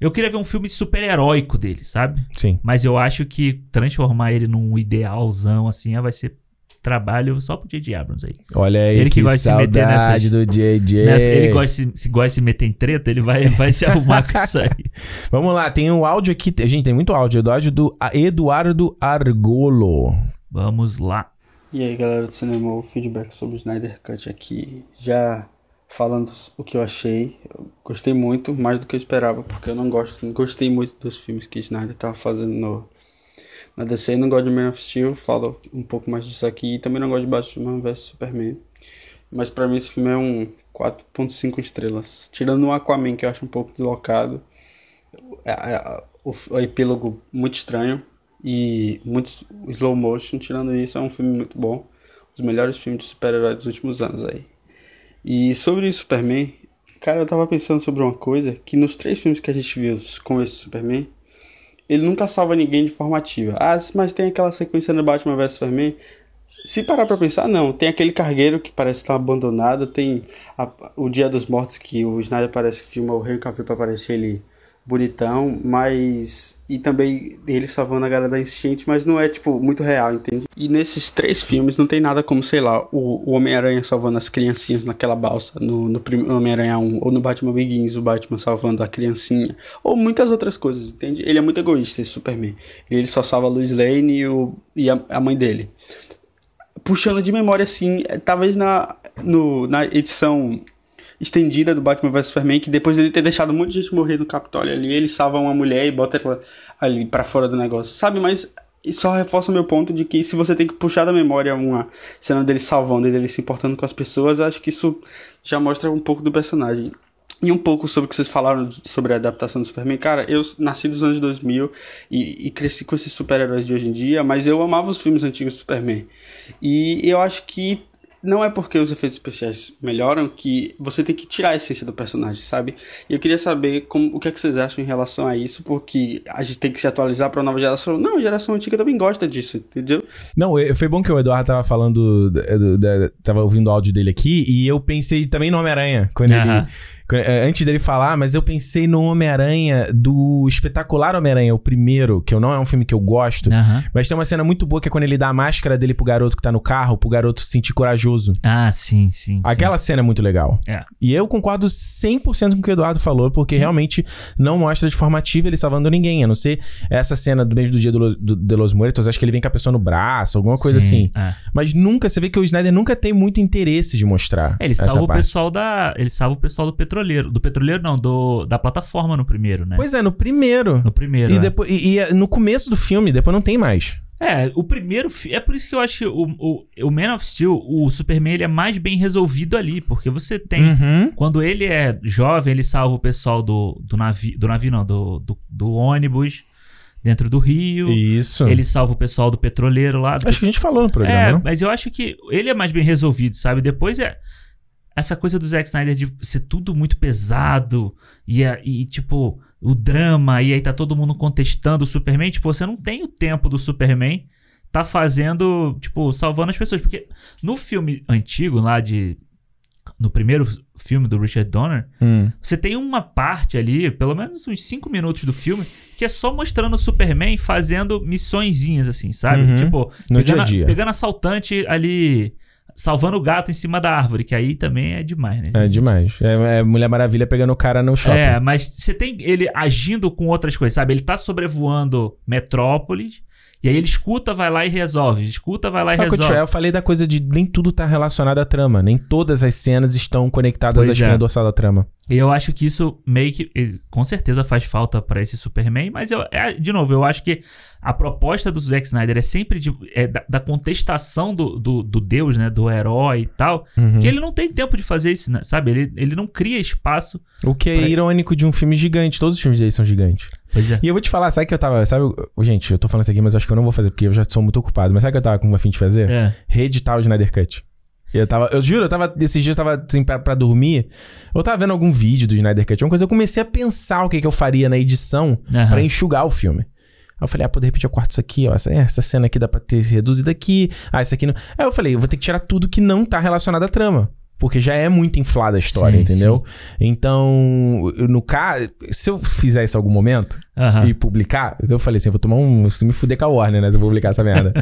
Eu queria ver um filme super-heróico dele, sabe? Sim. Mas eu acho que transformar ele num idealzão, assim, vai ser trabalho só pro J.J. Abrams aí. Olha aí, Ele que, que gosta de se meter saudade do JJ. Nessa- ele gosta, de se- se gosta de se meter em treta, ele vai, vai se arrumar com isso aí. *laughs* Vamos lá, tem um áudio aqui. Gente, tem muito áudio. Áudio do Eduardo Argolo. Vamos lá. E aí galera do cinema, o feedback sobre o Snyder Cut aqui. Já falando o que eu achei, eu gostei muito, mais do que eu esperava, porque eu não gosto, não gostei muito dos filmes que Snyder tava fazendo no, na DC. Não gosto de Man of Steel, falo um pouco mais disso aqui, e também não gosto de Batman vs Superman. Mas pra mim esse filme é um 4.5 estrelas. Tirando o Aquaman, que eu acho um pouco deslocado, a- a- É, o, f- o epílogo muito estranho e muito s- slow motion. Tirando isso, é um filme muito bom. Um dos melhores filmes de super-herói dos últimos anos aí. E sobre o Superman, cara, eu tava pensando sobre uma coisa, que nos três filmes que a gente viu com esse Superman, ele nunca salva ninguém de forma ativa. Ah, mas tem aquela sequência no Batman vs Superman. Se parar pra pensar, não. Tem aquele cargueiro que parece estar abandonado, tem a- o Dia dos Mortos que o Snyder parece que filma o Henry Cavill pra parecer ele bonitão, mas... E também ele salvando a galera da enchente, mas não é, tipo, muito real, entende? E nesses três filmes não tem nada como, sei lá, o, o Homem-Aranha salvando as criancinhas naquela balsa, no, no prim- Homem-Aranha 1, ou no Batman Begins, o Batman salvando a criancinha, ou muitas outras coisas, entende? Ele é muito egoísta, esse Superman. Ele só salva a Lois Lane e, o, e a- a mãe dele puxando de memória assim, eh, talvez na, no, na edição estendida do Batman vs Superman, que depois dele ter deixado um monte de gente morrer no Capitólio ali, ele salva uma mulher e bota ela ali pra fora do negócio, sabe? Mas isso só reforça o meu ponto de que se você tem que puxar da memória uma cena dele salvando e dele se importando com as pessoas, acho que isso já mostra um pouco do personagem. E um pouco sobre o que vocês falaram de- sobre a adaptação do Superman. Cara, eu nasci dos anos 2000 e, e cresci com esses super-heróis de hoje em dia, mas eu amava os filmes antigos do Superman. E eu acho que não é porque os efeitos especiais melhoram que você tem que tirar a essência do personagem, sabe? E eu queria saber como, o que, é que vocês acham em relação a isso, porque a gente tem que se atualizar para a nova geração. Não, a geração antiga também gosta disso, entendeu? Não, eh, foi bom que o Eduardo tava falando. da- da- da- tava ouvindo o áudio dele aqui. E eu pensei também no Homem-Aranha. Quando, ele, Aham. é, antes dele falar, mas eu pensei no Homem-Aranha, do espetacular Homem-Aranha, o primeiro, que eu não é um filme que eu gosto, Aham. mas tem uma cena muito boa que é quando ele dá a máscara dele pro garoto que tá no carro, pro garoto se sentir corajoso. Ah, sim, sim. sim. Aquela cena é muito legal. É. E eu concordo 100% com o que o Eduardo falou, porque realmente não mostra de forma ativa ele salvando ninguém, a não ser essa cena do mesmo do dia do, Lo- do- de Los Muertos, acho que ele vem com a pessoa no braço, alguma coisa Sim, assim. é. Mas nunca, você vê que o Snyder nunca tem muito interesse de mostrar. É, ele essa salva o parte. pessoal da. Ele salva o pessoal do petroleiro. Do petroleiro, não, do, da plataforma no primeiro, né? Pois é, no primeiro. No primeiro. E, é. depois, e, e, é, no começo do filme, depois não tem mais. É, o primeiro. fi- É por isso que eu acho que o, o, o Man of Steel, o Superman, ele é mais bem resolvido ali. Porque você tem. Uhum. Quando ele é jovem, ele salva o pessoal do, do navio. Do navio, não, do, do, do ônibus dentro do rio. Isso. Ele salva o pessoal do petroleiro lá. do Acho que a gente falou no programa, É, não? mas eu acho que ele é mais bem resolvido, sabe? Depois é. Essa coisa do Zack Snyder de ser tudo muito pesado e, a- e, tipo, o drama, e aí tá todo mundo contestando o Superman. Tipo, você não tem o tempo do Superman tá fazendo, tipo, salvando as pessoas. Porque no filme antigo lá de. No primeiro filme do Richard Donner, Hum. você tem uma parte ali, pelo menos uns 5 minutos do filme, que é só mostrando o Superman fazendo missõezinhas, assim, sabe? Uhum. Tipo, No pegando, dia a dia. pegando assaltante ali, salvando o gato em cima da árvore, que aí também é demais, né? É gente? demais. É, é Mulher Maravilha pegando o cara no shopping. É, mas você tem ele agindo com outras coisas, sabe? Ele tá sobrevoando metrópoles, e aí ele escuta, vai lá e resolve. Escuta, vai lá e Ah, resolve. Coutinho, eu falei da coisa de nem tudo tá relacionado à trama. Nem todas as cenas estão conectadas Pois à espinha é. dorsal da trama. E eu acho que isso meio que. Com certeza faz falta pra esse Superman, mas eu, é, de novo, eu acho que a proposta do Zack Snyder é sempre de- é da, da contestação do, do, do Deus, né? Do herói e tal. Uhum. Que ele não tem tempo de fazer isso, né, sabe? Ele, ele não cria espaço. O que é Pra- irônico de um filme gigante. Todos os filmes dele são gigantes. Pois é. E eu vou te falar, sabe que eu tava. Sabe, eu- gente, eu tô falando isso aqui, mas eu acho que eu não vou fazer, porque eu já sou muito ocupado. Mas sabe o que eu tava com a fim de fazer? É. Reeditar o Snyder Cut. Eu tava, eu juro, eu tava, esses dias eu tava assim, pra, pra dormir, eu tava vendo algum vídeo do Snyder Cut, uma coisa, eu comecei a pensar o que, que eu faria na edição Aham. pra enxugar o filme. Aí eu falei, ah, pô, de repente eu corto isso aqui, ó, essa, é, essa cena aqui dá pra ter reduzido aqui, ah, isso aqui não... Aí eu falei, eu vou ter que tirar tudo que não tá relacionado à trama. Porque já é muito inflada a história, Sim, entendeu? Então, eu- no caso, se eu fizer isso em algum momento, Aham. e publicar, eu falei assim, eu vou tomar um. Se me fuder com a Warner, né? Se eu vou publicar essa *laughs* merda.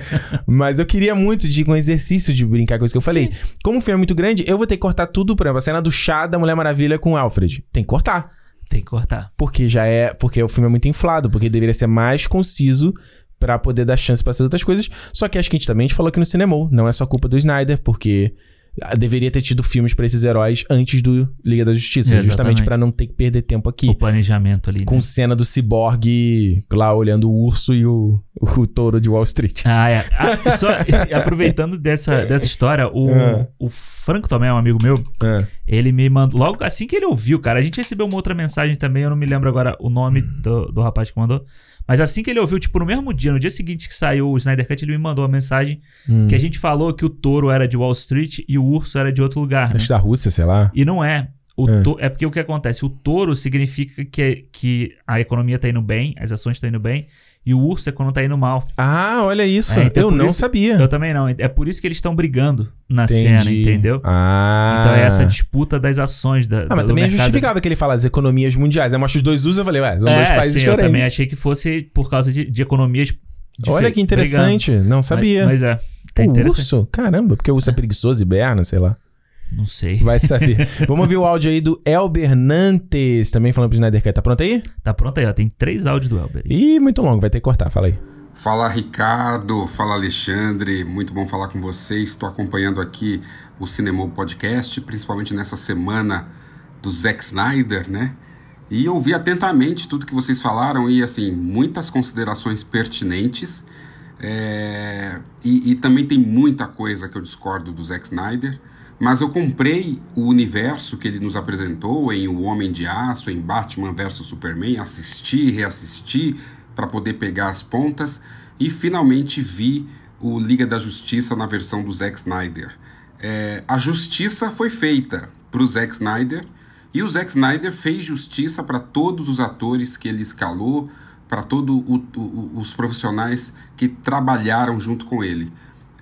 Mas eu queria muito de um exercício de brincar com isso que eu falei. Como o filme é muito grande, eu vou ter que cortar tudo, por exemplo, a cena do chá da Mulher Maravilha com o Alfred. Tem que cortar. Tem que cortar. Porque já é. Porque o filme é muito inflado, porque deveria ser mais conciso. Pra poder dar chance pra essas outras coisas. Só que acho que a gente também a gente falou que no cinema não é só culpa do Snyder, porque ah, deveria ter tido filmes pra esses heróis antes do Liga da Justiça, justamente Exatamente. pra não ter que perder tempo aqui O planejamento ali. né? com cena do ciborgue lá olhando o urso e o, o touro de Wall Street. Ah, é. Ah, e só e aproveitando dessa, dessa história, o, É. o Franco também *laughs* é um amigo meu. Ele me mandou. Logo assim que ele ouviu, cara, a gente recebeu uma outra mensagem também, eu não me lembro agora o nome do, do rapaz que mandou. Mas assim que ele ouviu, tipo, no mesmo dia, no dia seguinte que saiu o Snyder Cut, ele me mandou uma mensagem Hum. que a gente falou que o touro era de Wall Street e o urso era de outro lugar. né? Acho da Rússia, sei lá. E não é. O É. é. é porque o que acontece? O touro significa que, é, que a economia tá indo bem, as ações estão indo bem, e o urso é quando tá indo mal. Ah, olha isso. É, então eu por não isso- sabia. Eu também não. É por isso que eles estão brigando na Entendi. cena, entendeu? Ah. Então é essa disputa das ações da, Ah, mas do também é mercado. justificável que ele fala as economias mundiais. Aí mostra os dois usos, eu falei, ué, são dois É, países sim, eu diferentes. também achei que fosse por causa de, de economias diferentes. Olha que interessante. Não sabia. Mas, mas é. É o interessante. urso? Caramba, porque o urso é preguiçoso e berna, sei lá. Não sei. Vai *laughs* saber. Vamos ouvir o áudio aí do Elber Nantes, também falando pro Snyder Cut. Tá pronto aí? Tá pronto aí, ó. Tem três áudios do Elber. Ih, muito longo, vai ter que cortar, fala aí. Fala Ricardo, fala Alexandre, muito bom falar com vocês. Estou acompanhando aqui o Cinemol Podcast, principalmente nessa semana do Zack Snyder, né? E ouvi atentamente tudo que vocês falaram e, assim, muitas considerações pertinentes. É, E, e também tem muita coisa que eu discordo do Zack Snyder. Mas eu comprei o universo que ele nos apresentou em O Homem de Aço, em Batman vs Superman, assisti, reassisti para poder pegar as pontas e finalmente vi o Liga da Justiça na versão do Zack Snyder. É, a justiça foi feita para o Zack Snyder e o Zack Snyder fez justiça para todos os atores que ele escalou, para todos os profissionais que trabalharam junto com ele.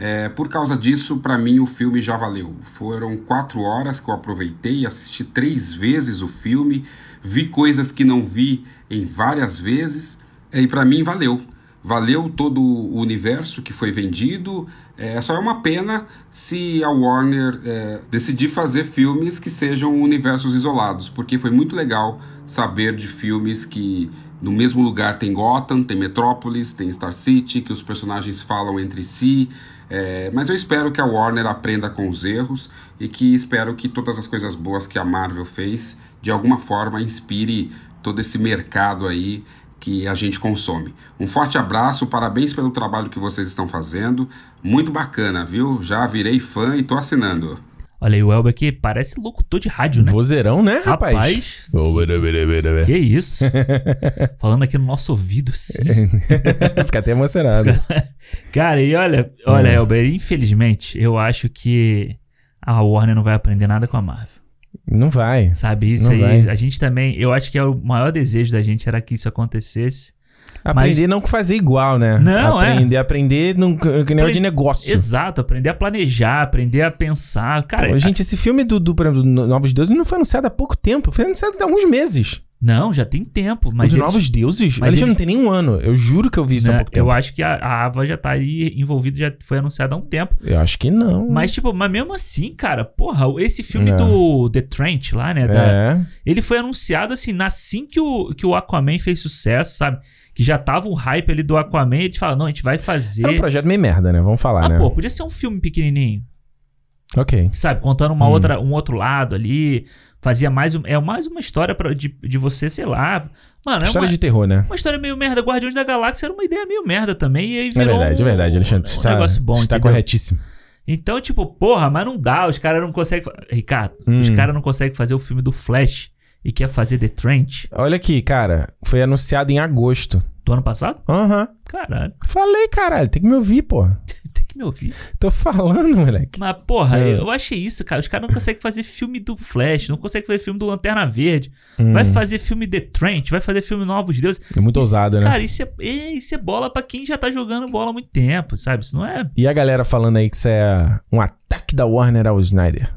É, por causa disso, para mim, o filme já valeu. Foram quatro horas que eu aproveitei, assisti três vezes o filme, vi coisas que não vi em várias vezes, e para mim valeu. Valeu todo o universo que foi vendido. É, só é uma pena se a Warner é, decidir fazer filmes que sejam universos isolados, porque foi muito legal saber de filmes que no mesmo lugar tem Gotham, tem Metrópolis, tem Star City, que os personagens falam entre si. É, mas eu espero que a Warner aprenda com os erros e que espero que todas as coisas boas que a Marvel fez de alguma forma inspire todo esse mercado aí que a gente consome. Um forte abraço, parabéns pelo trabalho que vocês estão fazendo. Muito bacana, viu? Já virei fã e tô assinando. Olha aí, o Elber aqui parece locutor de rádio, né? Vozeirão, né, rapaz? Rapaz. Ô, bera, bera, bera, bera. *laughs* Que isso? Falando aqui no nosso ouvido, sim. É. *laughs* Fica até emocionado. Cara, e olha, É. olha, Elber, infelizmente, eu acho que a Warner não vai aprender nada com a Marvel. Não vai. Sabe isso Não aí? vai. A gente também, eu acho que é o maior desejo da gente era que isso acontecesse. Aprender não que fazer igual, né? Não, é. aprender, Aprender, aprender que nem de negócio. Exato, aprender a planejar, aprender a pensar. Cara, Pô, gente, esse filme do, do, por exemplo, do Novos Deuses não foi anunciado há pouco tempo. Foi anunciado há alguns meses. não, já tem tempo, Mas mas Os eles- Novos Deuses? mas Mas já eles- não tem nem um ano. Eu juro que eu vi isso há né, pouco tempo. eu acho que a, a Ava já tá aí envolvida, já foi anunciada há um tempo. Eu acho que não. Mas, tipo, mas mesmo assim, cara, porra, esse filme Hum. É. do The Trench lá, né? da- É. Ele foi anunciado assim, na- assim que o, que o Aquaman fez sucesso, sabe? Que já tava um hype ali do Aquaman, e eles falam, não, a gente vai fazer. Era um projeto meio merda, né? Vamos falar, ah, né? pô, podia ser um filme pequenininho, Ok. sabe? Contando uma Hum. outra, um outro lado ali. Fazia mais um, é mais uma história pra, de, de você, sei lá. Mano, é História uma, de terror, né? uma história meio merda. Guardiões da Galáxia era uma ideia meio merda também. E aí virou é verdade, um, é verdade, Alexandre. um Está, negócio bom, está entendeu? corretíssimo. Então, tipo, porra, mas não dá. Os caras não conseguem. fa- Ricardo, os Hum. caras não conseguem fazer o filme do Flash e quer fazer The Trench Olha aqui, cara. Foi anunciado em agosto. do ano passado? Aham. Caralho, Falei, caralho. Tem que me ouvir, pô. tem que me ouvir. Tô falando, moleque. Mas, porra, É. eu achei isso, cara. Os caras não conseguem fazer filme do Flash, não conseguem fazer filme do Lanterna Verde. Vai fazer filme The Trench, vai fazer filme Novos Deuses. É Hum. muito Isso- ousado, né? Cara, isso é, é- isso é bola pra quem já tá jogando bola há muito tempo, sabe? Isso não é. E a galera falando aí que isso é um ataque da Warner ao Snyder.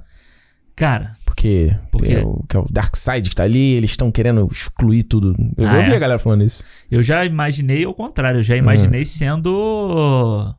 Cara, Porque, Porque- É, o, que é o Darkseid que tá ali, eles estão querendo excluir tudo. Eu Ah, ouvi é? a galera falando isso. Eu já imaginei ao contrário, eu já Hum. imaginei sendo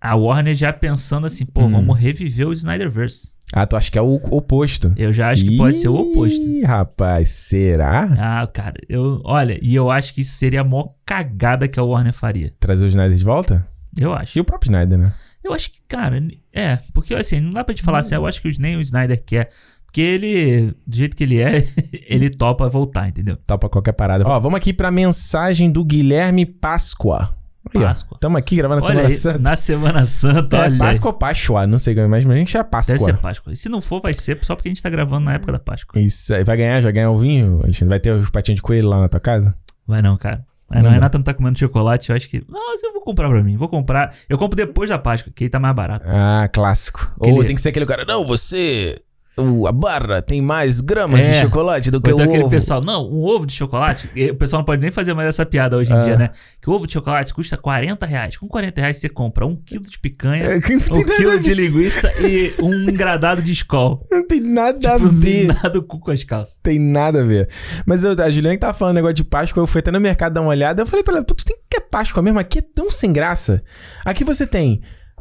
a Warner já pensando assim, pô, Hum. vamos reviver o Snyderverse. Ah, tu acha que é o oposto? Eu já acho que pode ser o oposto. Ih, rapaz, será? Ah, cara, eu, olha, e eu acho que isso seria a maior cagada que a Warner faria. Trazer o Snyder de volta? Eu E acho. o próprio Snyder, né? Eu acho que, cara, é, porque assim, não dá pra te falar assim, eu acho que nem o Snyder quer, porque ele, do jeito que ele é, *laughs* ele topa voltar, entendeu? Topa qualquer parada. Ó, vamos aqui pra mensagem do Guilherme Páscoa. Aí, ó. Páscoa. Tamo aqui gravando a Olha Semana aí, Santa. na Semana Santa, É, olha. aí. Páscoa ou Páscoa? Não sei, mas a gente é Deve ser Páscoa. Páscoa. E se não for, vai ser só porque a gente tá gravando na época da Páscoa. Isso aí. Vai ganhar? Já ganhar o vinho, Alexandre? Vai ter os patinhos de coelho lá na tua casa? Vai não, cara. Vai Não não, dá. Renata não tá comendo chocolate, eu acho que. Nossa, eu vou comprar pra mim. Vou comprar. Eu compro depois da Páscoa, que aí tá mais barato. Ah, clássico. Ou Aquele- tem que ser aquele cara, não, você... o- a barra tem mais gramas É. de chocolate do Ou que então o aquele ovo. pessoal, não, um ovo de chocolate. e O pessoal não pode nem fazer mais essa piada hoje em Ah. dia, né? Que o ovo de chocolate custa 40 reais. Com 40 reais você compra um quilo de picanha, É, que *laughs* não, tem um nada, a quilo ver. de linguiça e um engradado de escol. não tem nada a Tipo, Não tem ver. nada com com as calças. tem nada a ver. Mas eu- a Juliana que tava falando um negócio de Páscoa, eu fui até no mercado dar uma olhada, eu falei pra ela, putz, tem que é Páscoa mesmo? Aqui é tão sem graça. Aqui você tem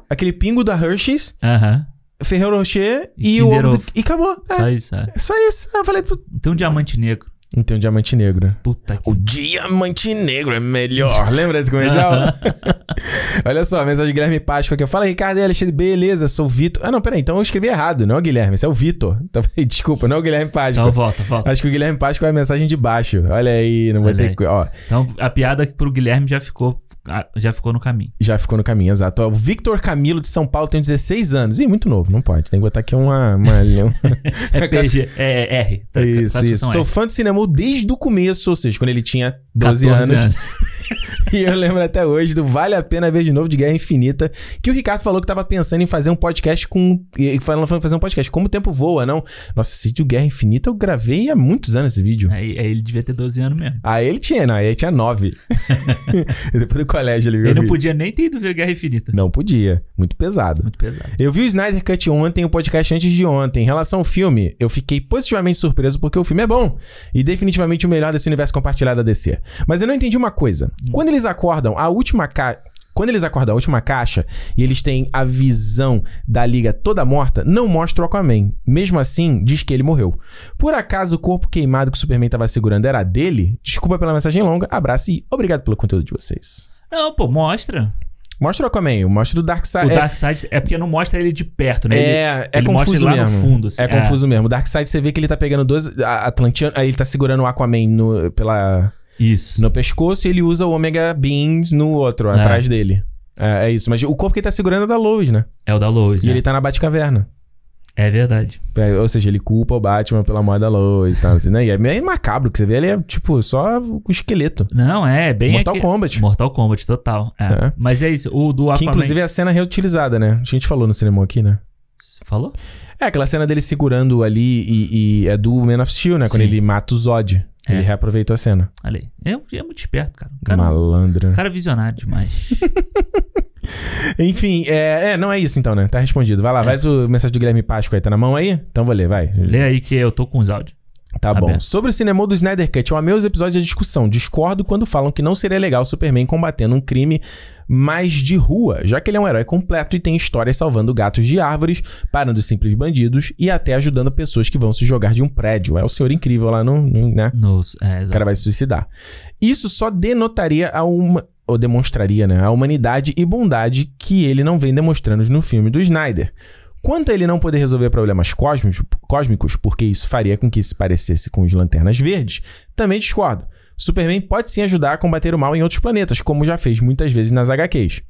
aquele pingo da Hershey's, Aham. Ferrero Rocher E e, o Kinder ovo do- Ovo. E acabou. É, Só isso, é. é só isso. Aí Eu falei, putz, Não tem um diamante negro. não tem um diamante negro. Puta que. O diamante negro é melhor. *laughs* Lembra desse comercial? *laughs* Olha só, mensagem do Guilherme Páscoa aqui. Fala, Ricardo e Alexandre. Beleza, sou o Vitor. Ah, não, peraí. Então eu escrevi errado. Não é o Guilherme, esse é o Vitor. *laughs* Então, peraí, desculpa, não é o Guilherme Páscoa. Então volta, volta. Acho que o Guilherme Páscoa é a mensagem de baixo. Olha aí, não Olha botei. aí. co- Ó, Então a piada pro Guilherme já ficou, já ficou no caminho. já ficou no caminho, exato. Ó, o Victor Camilo de São Paulo tem 16 anos. Ih, muito novo, não pode. Tem que botar aqui uma. *laughs* uma, uma... É PG, é R. tá? Isso, Classificação isso. Sou R. fã de cinema desde o começo, ou seja, quando ele tinha 12 14 anos. E *laughs* e eu lembro até hoje do Vale a Pena Ver de Novo de Guerra Infinita, que o Ricardo falou que tava pensando em fazer um podcast com. e Falando em fazer um podcast. Como o tempo voa, não? Nossa, esse vídeo Guerra Infinita eu gravei há muitos anos esse vídeo. Aí, aí ele devia ter 12 anos mesmo. Aí ele tinha, não, aí ele tinha *laughs* nove. *laughs* Depois do colégio ele viu. Ele o não vídeo. podia nem ter ido ver Guerra Infinita. Não podia. Muito pesado. Muito pesado. Eu vi o Snyder Cut ontem, o podcast antes de ontem. Em relação ao filme, eu fiquei positivamente surpreso porque o filme é bom e definitivamente o melhor desse universo compartilhado da DC. Mas eu não entendi uma coisa. Quando eles acordam, a última ca... Quando eles acordam a última caixa e eles têm a visão da liga toda morta, não mostra o Aquaman. Mesmo assim, diz que ele morreu. Por acaso o corpo queimado que o Superman estava segurando era dele? Desculpa pela mensagem longa, abraço e obrigado pelo conteúdo de vocês. Não, pô, mostra. Mostra o Aquaman, mostra o Darkseid. o É- Darkseid é porque não mostra ele de perto, né? Ele- é, é ele mostra confuso ele lá no mesmo. fundo, assim, é é. confuso mesmo. O Darkseid, você vê que ele tá pegando dois a- Atlantean, aí ele tá segurando o Aquaman no, pela, É, Isso. no pescoço e ele usa o Omega Beams no outro, É. atrás dele. É, é isso, mas o corpo que ele tá segurando é da Lois, né? É o da Lois. E né? ele tá na Batcaverna. É verdade. É, ou seja, ele culpa o Batman pela morte da Lois, tá, assim, né? E é meio macabro, que você vê ele é, tipo, só o esqueleto. Não, é bem. Mortal aqui- Kombat. Mortal Kombat, total. É. É. Mas é isso. O do Que Aquaman. inclusive é a cena reutilizada, né? A gente falou no cinema aqui, né? Você Falou? É, aquela cena dele segurando ali e, e é do Man of Steel, né? Quando Sim. ele mata o Zod. É. Ele reaproveitou a cena. Olha aí. É, um- é muito esperto, cara. O cara, Malandra. o cara é visionário demais. *laughs* Enfim, é, é, não é isso então, né? Tá respondido. Vai lá, vai pro mensagem do Guilherme Páscoa aí. Tá na mão aí? Então vou ler, vai. Lê aí que eu tô com os áudios. Tá bom. Aberto. Sobre o cinema do Snyder Cut, eu amei os episódios de discussão. Discordo quando falam que não seria legal o Superman combatendo um crime mais de rua, já que ele é um herói completo e tem histórias salvando gatos de árvores, parando simples bandidos e até ajudando pessoas que vão se jogar de um prédio. É o senhor incrível lá no, no- né? Nos, é, O exato. cara vai se suicidar. Isso só denotaria a uma. Ou demonstraria, né? A humanidade e bondade que ele não vem demonstrando no filme do Snyder. Quanto a ele não poder resolver problemas cósmicos, cósmicos, porque isso faria com que se parecesse com os Lanternas Verdes, também discordo. Superman pode sim ajudar a combater o mal em outros planetas, como já fez muitas vezes nas HQs.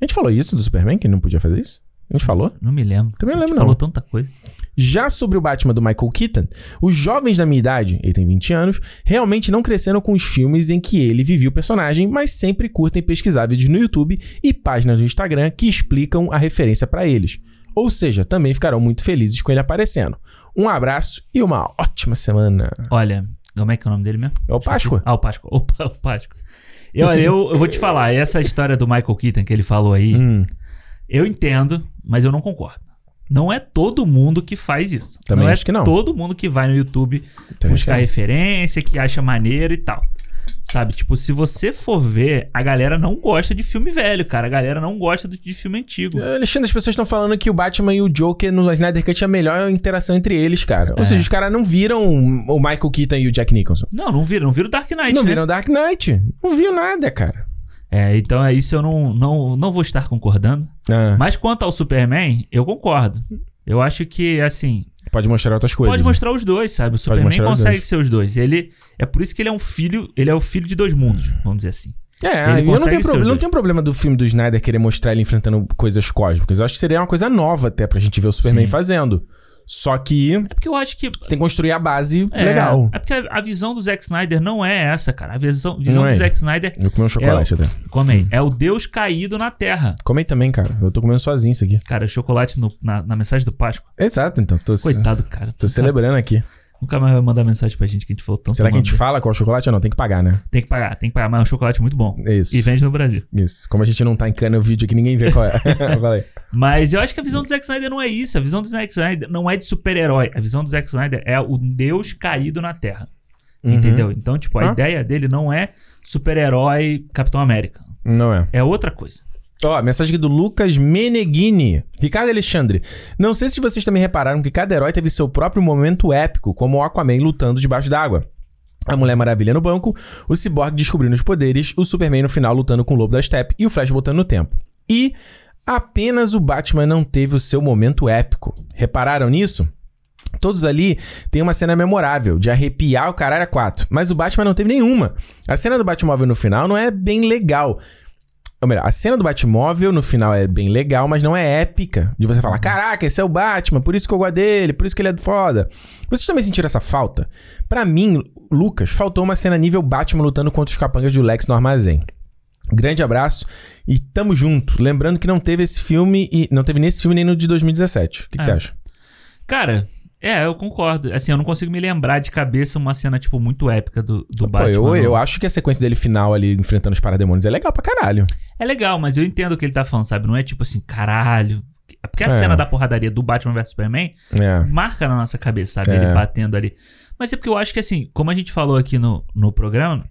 A gente falou isso do Superman, que ele não podia fazer isso? A gente falou? Não me lembro. Também não A gente lembro, Falou não. tanta coisa. Já sobre o Batman do Michael Keaton, os jovens da minha idade, ele tem 20 anos, realmente não cresceram com os filmes em que ele vivia o personagem, mas sempre curtem pesquisar vídeos no YouTube e páginas no Instagram que explicam a referência pra eles. Ou seja, também ficarão muito felizes com ele aparecendo. Um abraço e uma ótima semana. Olha, como é que é o nome dele mesmo? É o Páscoa? Ah, o Páscoa. Opa, o Páscoa. E olha, eu, eu vou te falar, essa história do Michael Keaton que ele falou aí, Hum, eu entendo, mas eu não concordo. Não é todo mundo que faz isso. Também não acho é que não. todo mundo que vai no YouTube Também buscar acho que- referência, que acha maneiro e tal. Sabe, tipo, se você for ver, a galera não gosta de filme velho, cara. A galera não gosta do- de filme antigo. Eh, Alexandre, as pessoas estão falando que o Batman e o Joker no Snyder Cut é a melhor interação entre eles, cara. Ou seja, os caras não viram o Michael Keaton e o Jack Nicholson. Não, não viram, não viram Dark Knight, Não né? viram Dark Knight. Não viu nada, cara. É, então é isso eu não, não, não vou estar concordando. Ah. Mas quanto ao Superman, eu concordo. Eu acho que, assim, Pode mostrar outras coisas. pode mostrar os dois, sabe? O né? Superman mostrar os consegue dois. ser os dois. Ele é por isso que ele é um filho, ele é o filho de dois mundos, vamos dizer assim. É, Ele eu não consegue tenho, ser pro- os eu não dois. tenho problema do filme do Snyder querer mostrar ele enfrentando coisas cósmicas. Eu acho que seria uma coisa nova até pra gente ver o Superman Sim. fazendo. Só que É porque eu acho que você tem que construir a base é, legal. É porque a- a visão do Zack Snyder não é essa, cara. A visão, visão Não é. do Zack Snyder Eu comi um chocolate até. Come aí. É o Deus caído na terra. Comei também, cara. Eu tô comendo sozinho isso aqui. Cara, chocolate no- na, na mensagem do Páscoa. Exato, então. Tô, Coitado, Tá cara. tô celebrando aqui. Nunca mais vai mandar mensagem pra gente que a gente falou tanto. Será que a gente manda. fala qual é chocolate ou não? Tem que pagar, né? Tem que pagar, tem que pagar. Mas é um chocolate muito bom. Isso. E vende no Brasil. Isso. Como a gente não tá em cana o vídeo aqui, ninguém vê qual é. *laughs* Fala aí. Mas eu acho que a visão do Zack Snyder não é isso. A visão do Zack Snyder não é de super-herói. A visão do Zack Snyder é o Deus caído na terra. Uhum. Entendeu? Então, tipo, a Ah. ideia dele não é super-herói Capitão América. Não é. É outra coisa. Ó, mensagem aqui do Lucas Meneghini. Ricardo Alexandre, não sei se vocês também repararam que cada herói teve seu próprio momento épico, como o Aquaman lutando debaixo d'água. A Mulher Maravilha no banco, o Cyborg descobrindo os poderes, o Superman no final lutando com o Lobo da Steppe e o Flash botando no tempo. E apenas o Batman não teve o seu momento épico. Repararam nisso? Todos ali têm uma cena memorável, de arrepiar o caralho a quatro, mas o Batman não teve nenhuma. A cena do Batmóvel no final não é bem legal, ou melhor, a cena do Batmóvel no final é bem legal, mas não é épica. De você falar, caraca, esse é o Batman, por isso que eu gosto dele, por isso que ele é foda. Vocês também sentiram essa falta? Pra mim, Lucas, faltou uma cena nível Batman lutando contra os capangas do Lex no armazém. Grande abraço e tamo junto. Lembrando que não teve esse filme e não teve nesse filme nem no de 2017. O que, que É. você acha? Cara, é, eu concordo. Assim, eu não consigo me lembrar de cabeça uma cena, tipo, muito épica do, Ah, Pô, do Batman. eu, não. eu acho que a sequência dele final ali enfrentando os parademônios é legal pra caralho. É legal, mas eu entendo o que ele tá falando, sabe? Não é tipo assim, caralho. Porque a É. cena da porradaria do Batman vs Superman É. marca na nossa cabeça, sabe? É. Ele batendo ali. Mas é porque eu acho que, assim, como a gente falou aqui no, no programa,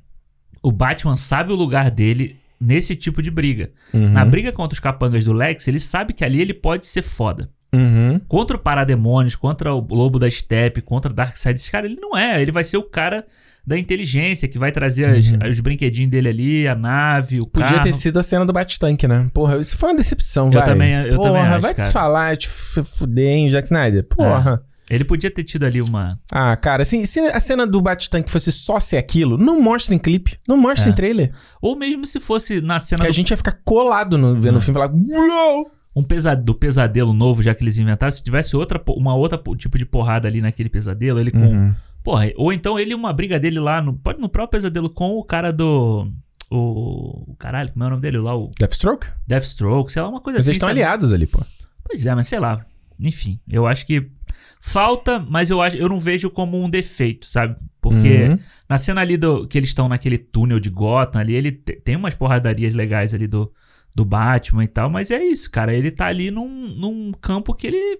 o Batman sabe o lugar dele nesse tipo de briga. Uhum. Na briga contra os capangas do Lex, ele sabe que ali ele pode ser foda. Uhum. Contra o Parademônios, contra o Lobo da Steppe, contra o Darkseid, esse cara, ele não é. Ele vai ser o cara da inteligência, que vai trazer as- os brinquedinhos dele ali, a nave, o Uhum. Podia carro. ter sido a cena do Batistanque, né? Porra, isso foi uma decepção, Eu vai. também- eu Porra, também acho, vai cara. É. te falar, te f- fuder, hein, Jack Snyder. Porra. Ele podia ter tido ali uma... Ah, cara, assim, se a cena do Batistanque fosse só ser aquilo, não mostra em clipe, não mostra É. em trailer. Ou mesmo se fosse na cena Porque a do, É. gente ia ficar colado no, vendo o filme e falar. "Uou!" um pesa- do pesadelo novo, já que eles inventaram, se tivesse outra, po- uma outra po- tipo de porrada ali naquele pesadelo, ele com... Uhum. Porra, ou então ele, uma briga dele lá, no, pode no próprio pesadelo com o cara do... O, o caralho, como é o nome dele lá? O Deathstroke? Deathstroke, sei lá, uma coisa Mas assim. eles estão sabe? aliados ali, pô. Pois é, mas sei lá. Enfim, eu acho que falta, mas eu, acho, eu não vejo como um defeito, sabe? Porque Uhum. na cena ali do, que eles estão naquele túnel de Gotham ali, ele te- tem umas porradarias legais ali do, do Batman e tal, mas é isso, cara. Ele tá ali num, num campo que ele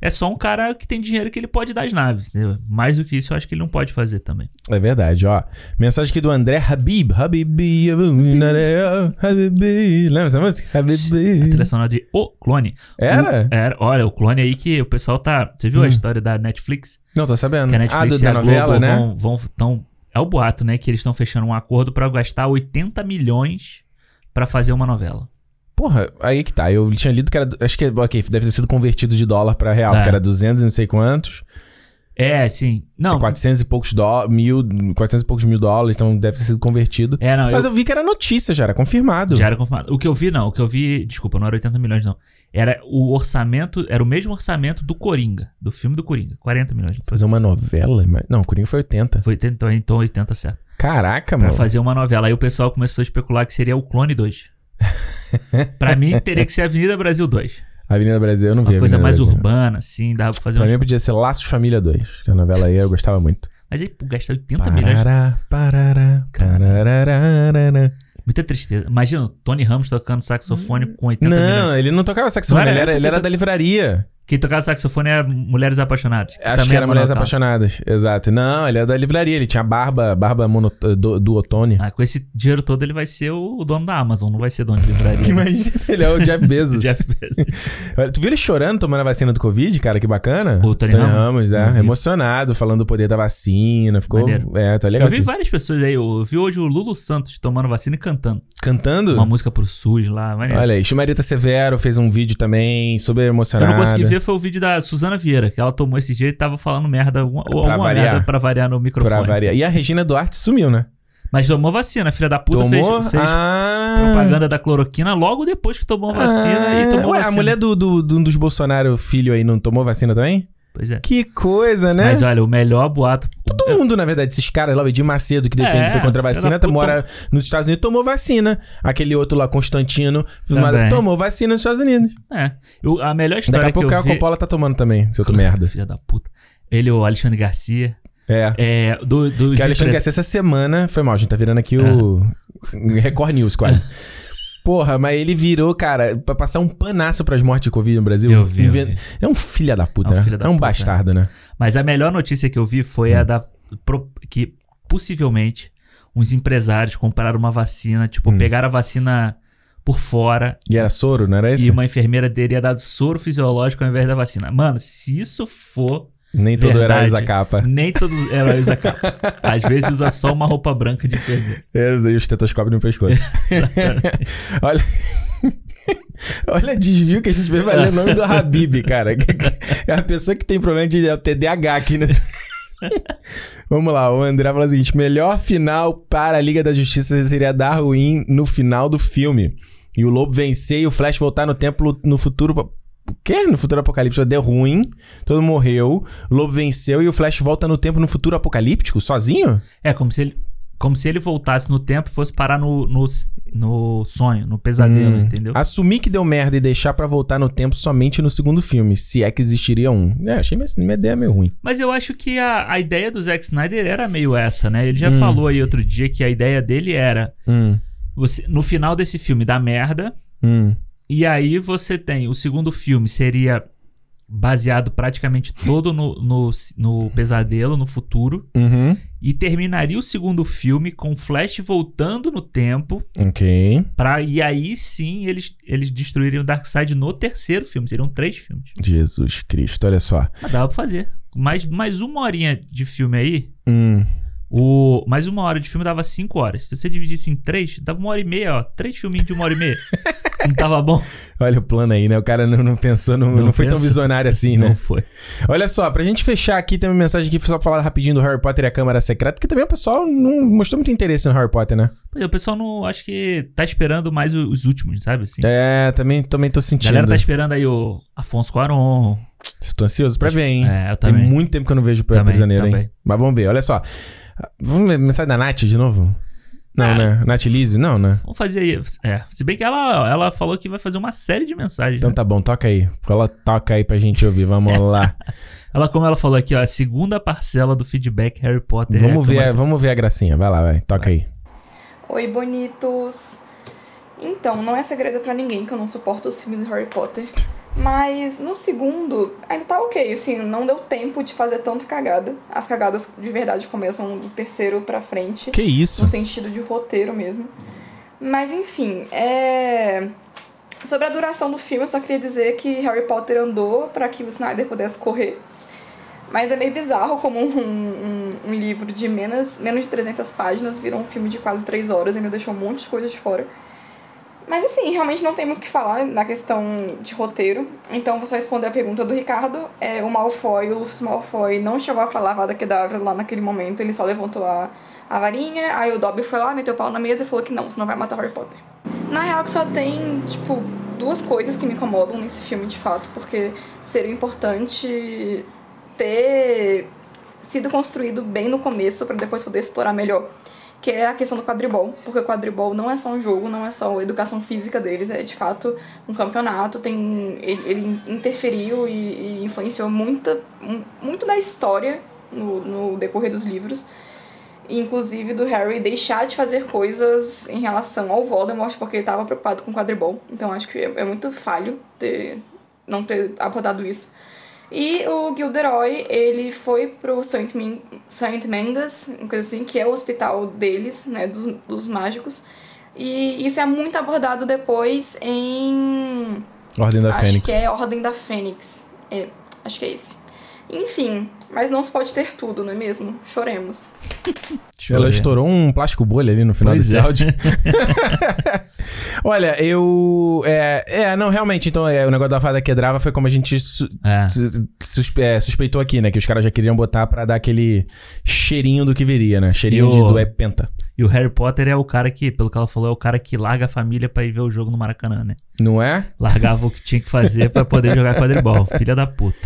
é só um cara que tem dinheiro que ele pode dar as naves, entendeu? Mais do que isso, eu acho que ele não pode fazer também. É verdade, ó. Mensagem aqui do André Habib. Habib, Habib. Lembra essa música? A Habib. trilha sonora de O Clone. Era? Hum. O- era. Olha, o Clone aí que o pessoal tá... Você viu a história da Netflix? Não, tô sabendo. Que a Netflix Ah, do- né? e a Globo vão, vão tão, é o boato, né, que eles estão fechando um acordo pra gastar 80 milhões pra fazer uma novela. Porra, aí que tá. Eu tinha lido que era. Acho que, ok, deve ter sido convertido de dólar pra real, É. porque era 200 e não sei quantos. É, sim. Não. 400 e poucos dó, mil, 400 e poucos mil dólares, então deve ter sido convertido. É, não, Mas eu, eu vi que era notícia, já era confirmado. já era confirmado. O que eu vi não, o que eu vi, desculpa, não era 80 milhões não. Era o orçamento, era o mesmo orçamento do Coringa, do filme do Coringa, 40 milhões. não foi? Fazer uma novela? mas- Não, o Coringa foi 80. Foi 80, então- então 80 certo. Caraca, Pra mano. fazer uma novela. Aí o pessoal começou a especular que seria o Clone *laughs* 2. pra mim teria que ser Avenida Brasil 2. Avenida Brasil, eu não vi. Uma coisa Avenida mais Brasil. urbana, assim, dava pra fazer Pra umas... mim é podia ser Laços Família 2, que a novela aí eu gostava *laughs* muito. Mas aí, pô, gastar 80 milhões Parará, parará, né? parararararará. Muita tristeza. Imagina o Tony Ramos tocando saxofone com 80 milhões. Não, ele não tocava Não saxofone, era ele essa era, ele que era to- da livraria. Quem tocava saxofone era Mulheres Apaixonadas. Acho também que é era Mulheres monocalco. Apaixonadas, exato. Não, ele é da livraria, ele tinha barba, barba mono, do, do Otone. Ah, com esse dinheiro todo ele vai ser o dono da Amazon, não vai ser dono de livraria. Que *laughs* imagina, ele é o *laughs* Jeff Bezos. Jeff Bezos. Tu viu ele chorando tomando a vacina do Covid, cara? Que bacana. O Tony Ramos? Não é, vi. emocionado, falando do poder da vacina. Ficou. Maneiro. É, tá legal. Eu vi assim. várias pessoas aí. Eu vi hoje o Lulu Santos tomando vacina e cantando. Cantando? Uma música pro SUS lá. Maneiro. Olha aí, Chimarita Severo fez um vídeo também, super Eu emocionado. não consegui ver, foi o vídeo da Suzana Vieira, que ela tomou esse dia e tava falando merda, alguma, ou Pra alguma variar. merda pra variar no microfone. Pra variar. E a Regina Duarte sumiu, né? Mas tomou vacina, a filha da puta tomou. fez, fez ah, propaganda da cloroquina logo depois que tomou a vacina Ah, e tomou Ué, vacina. a mulher do, do, do- dos Bolsonaro filho aí não tomou vacina também? Pois é. Que coisa, né? Mas olha, o melhor boato. Todo mundo, na verdade, esses caras lá, o Edir Macedo, que defende É, que foi contra a filho vacina, da puta. mora nos Estados Unidos, tomou vacina. Aquele outro lá, Constantino, Também. tomou vacina nos Estados Unidos. É. Eu- a melhor história Daqui a que pouco o eu Caio vi... Coppola tá tomando também, seu outro merda. Filha da puta. Ele, o Alexandre Garcia. É. É, do, dos Que o Alexandre empresários- Garcia essa semana. Foi mal, a gente tá virando aqui o. É. Record News, *laughs* quase. Porra, mas ele virou, cara, pra passar um panaço pras mortes de Covid no Brasil. Eu vi, eu Inven- vi. É um filho da puta, É um né? filho da é um puta, bastardo, né? Mas a melhor notícia que eu vi foi Hum. a da. pro- que possivelmente uns empresários compraram uma vacina, tipo, Hum. pegaram a vacina por fora E era soro, não era e isso? uma enfermeira teria dado soro fisiológico ao invés da vacina. Mano, se isso for. Nem todo verdade, herói usa capa. Nem todos os heróis *laughs* a capa. Às vezes usa só uma roupa branca de enfermeira. É, e o estetoscópio no pescoço. Olha. Olha o desvio que a gente vê valer o nome do Habib, cara. É a pessoa que tem problema de TDAH aqui, né? Vamos lá, o André fala o seguinte: melhor final para a Liga da Justiça seria dar ruim no final do filme. E o Lobo vencer e o Flash voltar no tempo no futuro. O quê? No futuro apocalíptico deu ruim, todo mundo morreu, o Lobo venceu e o Flash volta no tempo no futuro apocalíptico, sozinho? É como se ele. Como se ele voltasse no tempo e fosse parar no, no, no sonho, no pesadelo, Hum. entendeu? Assumir que deu merda e deixar pra voltar no tempo somente no segundo filme, se é que existiria um. É, achei minha, minha ideia meio ruim. Mas eu acho que a, a ideia do Zack Snyder era meio essa, né? Ele já falou aí outro dia que a ideia dele era você no final desse filme dá merda hum, e aí você tem o segundo filme seria baseado praticamente todo no, no, no pesadelo, no futuro Uhum. e terminaria o segundo filme com o Flash voltando no tempo Ok. para e aí sim eles eles destruiriam o Darkseid no terceiro filme, seriam três filmes. Jesus Cristo, olha só. Mas Ah, dava pra fazer. Mais, mais uma horinha de filme aí, Hum. O, mais uma hora de filme dava cinco horas. Se você dividisse em três, dava uma hora e meia, ó. Três filminhos de uma hora e *laughs* meia. Não tava bom? Olha o plano aí, né? O cara não, não pensou, não, Não não foi tão pensa. visionário assim, né? Não foi. Olha só, pra gente fechar aqui, tem uma mensagem aqui só pra falar rapidinho do Harry Potter e a Câmara Secreta, que também o pessoal não mostrou muito interesse no Harry Potter, né? Pois é, O pessoal não. Acho que tá esperando mais o- os últimos, sabe? Assim. É, também, também tô a galera sentindo. tá esperando aí o Afonso Cuaron. Tô ansioso pra ver, hein? É, eu Tem também. muito tempo que eu não vejo Pé Também, Prisioneiro, hein? também. Mas vamos ver, olha só. Vamos ver mensagem da Nath de novo? Não, Ah. né? Nath Lísio? Não, né? Vamos fazer aí. É. Se bem que ela, ela falou que vai fazer uma série de mensagens. Então né? tá bom, toca aí. Ela toca aí pra gente ouvir, *laughs* vamos É. lá. Ela, como ela falou aqui, ó, é a segunda parcela do feedback Harry Potter. vamos, é, ver, Mas- vamos ver a gracinha, vai lá, vai, toca aí. Oi, bonitos! Então, não é segredo pra ninguém que eu não suporto os filmes do Harry Potter. Mas no segundo, ainda tá ok, assim, não deu tempo de fazer tanta cagada. As cagadas de verdade começam do terceiro pra frente, é, Que isso? no sentido de roteiro mesmo. Mas enfim, é. Sobre a duração do filme, eu só queria dizer que Harry Potter andou pra que o Snyder pudesse correr. Mas é meio bizarro como um, um- um livro de menos, menos de 300 páginas virou um filme de quase 3 horas e ainda deixou um monte de coisa de fora. Mas assim, realmente não tem muito o que falar na questão de roteiro. Então vou só responder a pergunta do Ricardo. É, o Malfoy, o Lucius Malfoy, não chegou a falar Vada Kedavra lá naquele momento. Ele só levantou a, a varinha. Aí o Dobby foi lá, meteu o pau na mesa e falou que não, você não vai matar o Harry Potter. Na real que só tem, tipo, duas coisas que me incomodam nesse filme de fato. Porque seria importante ter sido construído bem no começo para depois poder explorar melhor. Que é a questão do quadribol, porque o quadribol não é só um jogo, não é só a educação física deles, é de fato um campeonato, tem ele, ele interferiu e, e influenciou muita, mu- muito da história no, no decorrer dos livros, E, inclusive do Harry deixar de fazer coisas em relação ao Voldemort, porque ele estava preocupado com o quadribol, então acho que é, é muito falho ter, não ter abordado isso. E o Gilderoy, ele foi pro Saint, Min- Saint Mangas, uma coisa assim, que é o hospital deles, né, dos, dos mágicos. E isso é muito abordado depois em... Ordem da acho Fênix. que é Ordem da Fênix. É, acho que é esse. Enfim, mas não se pode ter tudo, não é mesmo? Choremos. Ela estourou um plástico bolha ali no final Pois desse é. *laughs* áudio. *laughs* Olha, eu. É, é, não, realmente, então, é, o negócio da fada quebrava foi como a gente su- É. su- suspe- é, suspeitou aqui, né? Que os caras já queriam botar pra dar aquele cheirinho do que viria, né? Cheirinho E de, o- do é penta. E o Harry Potter é o cara que, pelo que ela falou, é o cara que larga a família pra ir ver o jogo no Maracanã, né? Não é? Largava o que tinha que fazer pra poder jogar quadribol. *laughs* Filha da puta.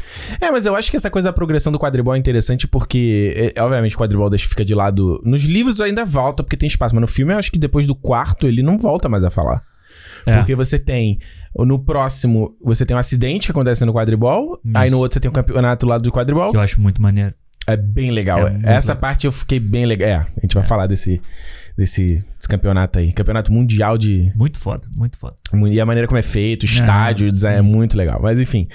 É, mas eu acho que essa coisa da progressão do quadribol é interessante porque, é, obviamente, o quadribol deixa fica de lado. Nos livros ainda volta porque tem espaço, mas no filme eu acho que depois do quarto ele não volta mais a falar. É. Porque você tem. No próximo, você tem um acidente que acontece no quadribol. Isso. Aí no outro você tem um campeonato do lado do quadribol. Que eu acho muito maneiro. É bem legal. É muito Essa legal. parte eu fiquei bem legal. É, a gente vai falar desse, desse, desse campeonato aí. Campeonato mundial de. Muito foda, muito foda. E a maneira como é feito, o estádio, o design é muito legal. Mas enfim.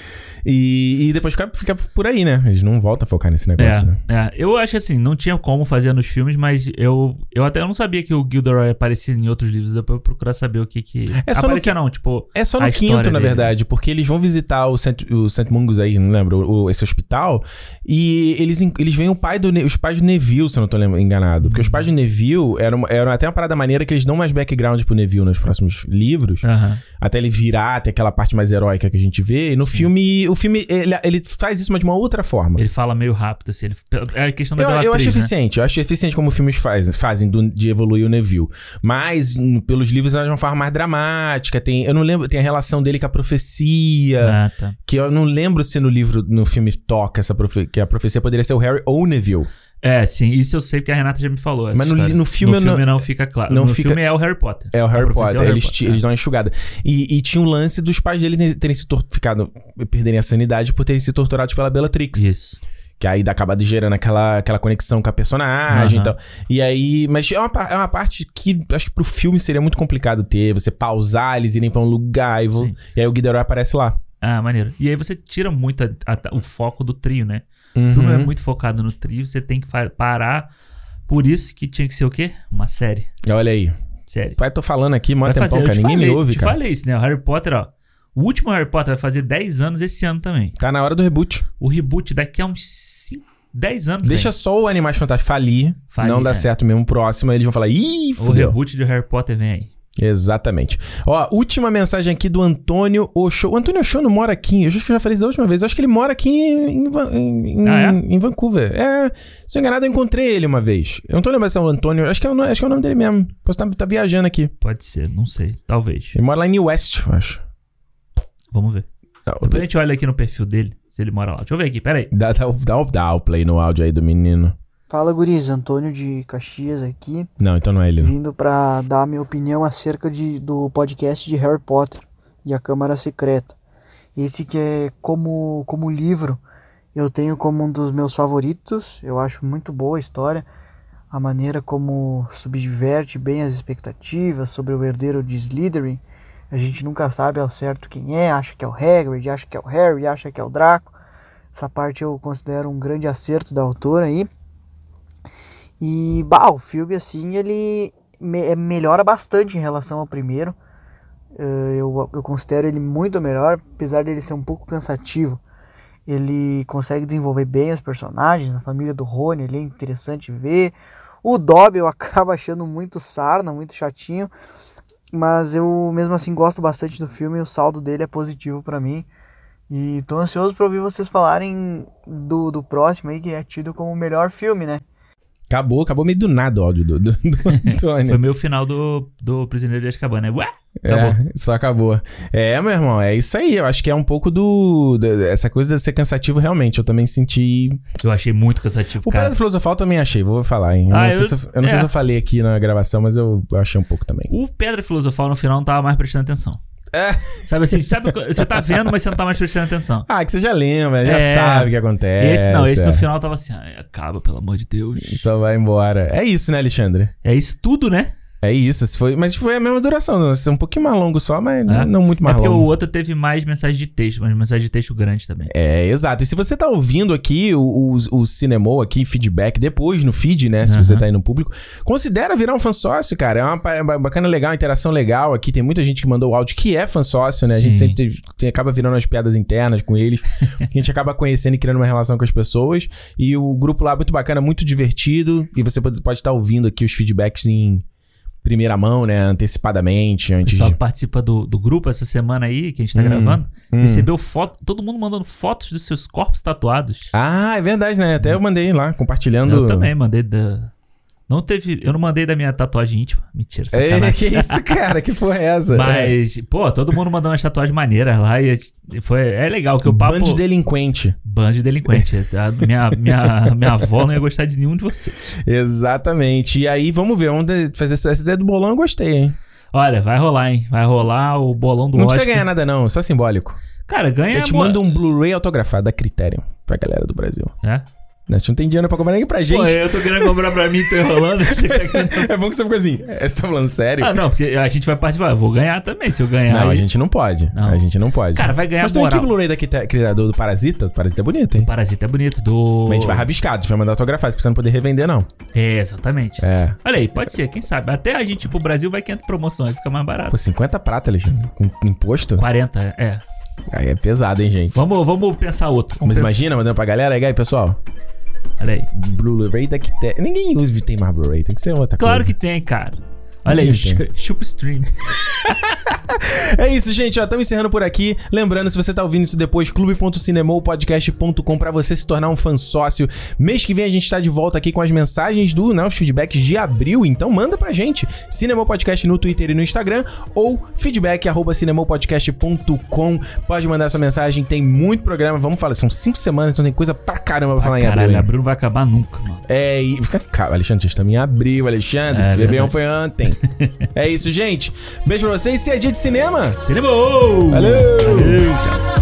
E, e depois fica, fica por aí, né? Eles não voltam a focar nesse negócio, né? É, é. eu acho assim, não tinha como fazer nos filmes, mas eu, eu até não sabia que o Gilderoy aparecia em outros livros. Depois eu procurar saber o que que. É só no aparecia, não, tipo. É só a no história quinto, na dele. verdade, porque eles vão visitar o St. o St. Mungus aí, não lembro, o- esse hospital, e eles, en- eles veem o pai do Ne- os pais do Neville, se eu não tô lem- enganado. Uhum. Porque os pais do Neville eram, eram até uma parada maneira que eles dão mais background pro Neville nos próximos livros, Aham. até ele virar, até aquela parte mais heróica que a gente vê. E no filme, o filme, ele, ele faz isso, mas de uma outra forma. Ele fala meio rápido, assim. Ele, é a questão da Eu, Bela eu acho atriz, né? eficiente, eu acho eficiente como os filmes faz, fazem do- de evoluir o Neville. Mas, hum, pelos livros, elas vão forma mais dramática. Tem, eu não lembro, tem a relação dele com a profecia. Ah, tá. Que eu não lembro se no livro, no filme toca essa profe que a profecia poderia ser o Harry ou o Neville. É, sim, isso eu sei porque a Renata já me falou. essa Mas no li- história. no filme eu no filme não- não, fica claro. não no fica- filme é o Harry Potter. É o Harry A profecia Potter, é o Harry eles, ti- Potter, eles dão uma enxugada. E, e tinha um lance dos pais dele ne- terem se tor- ficado, perderem a sanidade por terem sido torturados pela Bellatrix. é. Isso. Que aí dá acabado gerando aquela, aquela conexão com a personagem e Aham. tal. E aí. Mas é uma, par- é uma parte que acho que pro filme seria muito complicado ter. Você pausar, eles irem pra um lugar e, vo- Sim. e aí o Guideroy aparece lá. Ah, maneiro. E aí você tira muito a- a- o foco do trio, né? O filme Uhum. é muito focado no trio, você tem que fa- parar. Por isso que tinha que ser o quê? Uma série. Olha aí. Série. Pai, tô falando aqui, mó Vai tempão, fazer, eu cara. te Ninguém falei, me ouve, te cara. falei isso, né? O Harry Potter, ó. O último Harry Potter vai fazer 10 anos esse ano também. Tá na hora do reboot. O reboot daqui a uns 5, 10 anos. Deixa velho. só o Animais Fantásticos falir. Falir, não dá é. certo mesmo. Próximo, aí eles vão falar. Ih, O fudeu. reboot do Harry Potter vem aí. Exatamente. Ó, última mensagem aqui do Antônio Oxô. O Antônio Oxô não mora aqui. Eu acho que eu já falei isso da última vez. Eu acho que ele mora aqui em, Van- em- em- Ah, é? em Vancouver. É, se eu enganado, eu encontrei ele uma vez. Eu não tô lembrando se é o Antônio. Acho que é o, no- acho que é o nome dele mesmo. Posso estar tá viajando aqui. Pode ser, não sei. Talvez. Ele mora lá em New West, eu acho. Vamos ver. Dá, Depois a gente olha aqui no perfil dele, se ele mora lá. Deixa eu ver aqui, peraí. dá, dá, o- dá, o- dá o play no áudio aí do menino. Fala guris, Antônio de Caxias aqui, Não, então não é ele. não. vindo pra dar minha opinião acerca de, do podcast de Harry Potter e a Câmara Secreta. Esse que é como, como livro, eu tenho como um dos meus favoritos, eu acho muito boa a história, a maneira como subverte bem as expectativas sobre o herdeiro de Slytherin. A gente nunca sabe ao certo quem é, acha que é o Hagrid, acha que é o Harry, acha que é o Draco. Essa parte eu considero um grande acerto da autora aí. E, bah, o filme, assim, ele me- é- melhora bastante em relação ao primeiro. Eh, Eu, eu considero ele muito melhor, apesar dele ser um pouco cansativo. Ele consegue desenvolver bem os personagens, a família do Rony, ele é interessante ver. O Dobby eu *laughs* acabo achando muito sarna, muito chatinho. Mas eu, mesmo assim, gosto bastante do filme e o saldo dele é positivo pra mim. E tô ansioso pra ouvir vocês falarem do, do próximo aí, que é tido como o melhor filme, né? Acabou, acabou meio do nada o áudio do, do, *laughs* do Antônio. Foi meio final do, do Prisioneiro de Azkaban, né? Ué? É, só acabou. É, meu irmão, é isso aí. Eu acho que é um pouco do. da- essa coisa de ser cansativo, realmente. Eu também senti. Eu achei muito cansativo, O cara. Pedro Filosofal também achei, vou falar, hein? Eu Ah, não, sei, eu- se, eu, eu não é. sei se eu falei aqui na gravação, mas eu achei um pouco também. O Pedra Filosofal no final não tava mais prestando atenção. É. Sabe assim, sabe, quando você tá vendo, mas você não tá mais prestando atenção. Ah, que você já lembra, já É. sabe o que acontece. E esse não, é. esse no final tava assim, "Ai, acaba, pelo amor de Deus. Só vai embora. É isso, né, Alexandre? É isso tudo, né? É isso. esse Foi, mas foi a mesma duração. né? Esse é Um pouquinho mais longo só, mas É. não muito mais é porque longo. o outro teve mais mensagem de texto, mas mensagem de texto grande também. É, exato. E se você tá ouvindo aqui o, o, o Cinemol aqui, feedback, depois no feed, né? Se Aham. você tá aí no público, considera virar um fã sócio, cara. É uma pa- ba- bacana legal, uma interação legal aqui. Tem muita gente que mandou o áudio que é fã sócio, né? A gente Sim. sempre tem- tem- acaba virando umas piadas internas com *laughs* eles. a gente acaba conhecendo e criando uma relação com as pessoas. E o grupo lá é muito bacana, muito divertido. E você pode estar ouvindo aqui os feedbacks em primeira mão, né? Antecipadamente, O antes pessoal de... que participa do, do grupo essa semana aí, que a gente tá gravando, Hum. recebeu foto, todo mundo mandando fotos dos seus corpos tatuados. Ah, é verdade, né? Até eu mandei lá, compartilhando. Eu também mandei da. Não teve. Eu não mandei da minha tatuagem íntima. Mentira, Ei, que sacanagem. isso, cara? Que porra é essa? É. Mas, pô, todo mundo mandou umas tatuagens maneiras lá e foi, é legal que o papo... Bando de delinquente. Bando de delinquente. A minha, minha, minha avó não ia gostar de nenhum de vocês. Exatamente. E aí, vamos ver. Vamos de- fazer essa essa ideia do bolão, eu gostei, hein? Olha, vai rolar, hein? Vai rolar o bolão do não Oscar. precisa ganhar nada, não. Só simbólico. Cara, ganha... eu te mo- mando um Blu-ray autografado da Criterion pra galera do Brasil. É? A gente não tem dinheiro pra comprar nem pra Pô, é. gente. eu tô querendo comprar pra mim, tô enrolando. Você tá querendo- *laughs* é... bom que você ficou assim. É, Você tá falando sério? Ah, não, porque a gente vai participar. Eu vou ganhar também, se eu ganhar. não, a gente não pode. Não. A gente não pode. Cara, vai ganhar Mas tem um aqui o moral. Blu-ray da Crite- Crite- do, do Parasita. O Parasita é bonito, hein? Parasita é bonito, do... Mas a gente vai rabiscado. A gente vai mandar autografado, porque você não poder revender, não. É, exatamente. É. Olha aí, pode ser, quem sabe. Até a gente ir pro Brasil vai 500 promoções, fica mais barato. Pô, 50 prata, Alexandre. Com imposto? 40, é. Aí é pesado, hein, gente? Vamos, vamos pensar outro. Vamos Mas pensar- imagina, mandando pra galera. Aí, aí, pessoal. Olha aí. Blu-ray da Kite- Ninguém usa tem mais Blu-ray, tem que ser outra Claro coisa. que tem, cara. Olha aí, Ih, chu- chupa o stream. É isso, gente. Ó, estamos encerrando por aqui. Lembrando, se você tá ouvindo isso depois, clube.cinemopodcast.com pra você se tornar um fã sócio. Mês que vem a gente tá de volta aqui com as mensagens do, né, os feedbacks de abril. Então manda pra gente. Cinemol Podcast no Twitter e no Instagram ou feedback arroba cinemopodcast.com. Pode mandar sua mensagem, tem muito programa. Vamos falar, são cinco semanas, então tem coisa pra caramba pra falar em abril. Caralho, hein? abril não vai acabar nunca, mano. É, e fica. Cara, Alexandre, a gente também abriu, Alexandre. É, É, Bebeão verdade. foi ontem. *laughs* é isso, gente. Beijo pra vocês. Se é dia de cinema. Cinema! Valeu! Valeu, tchau.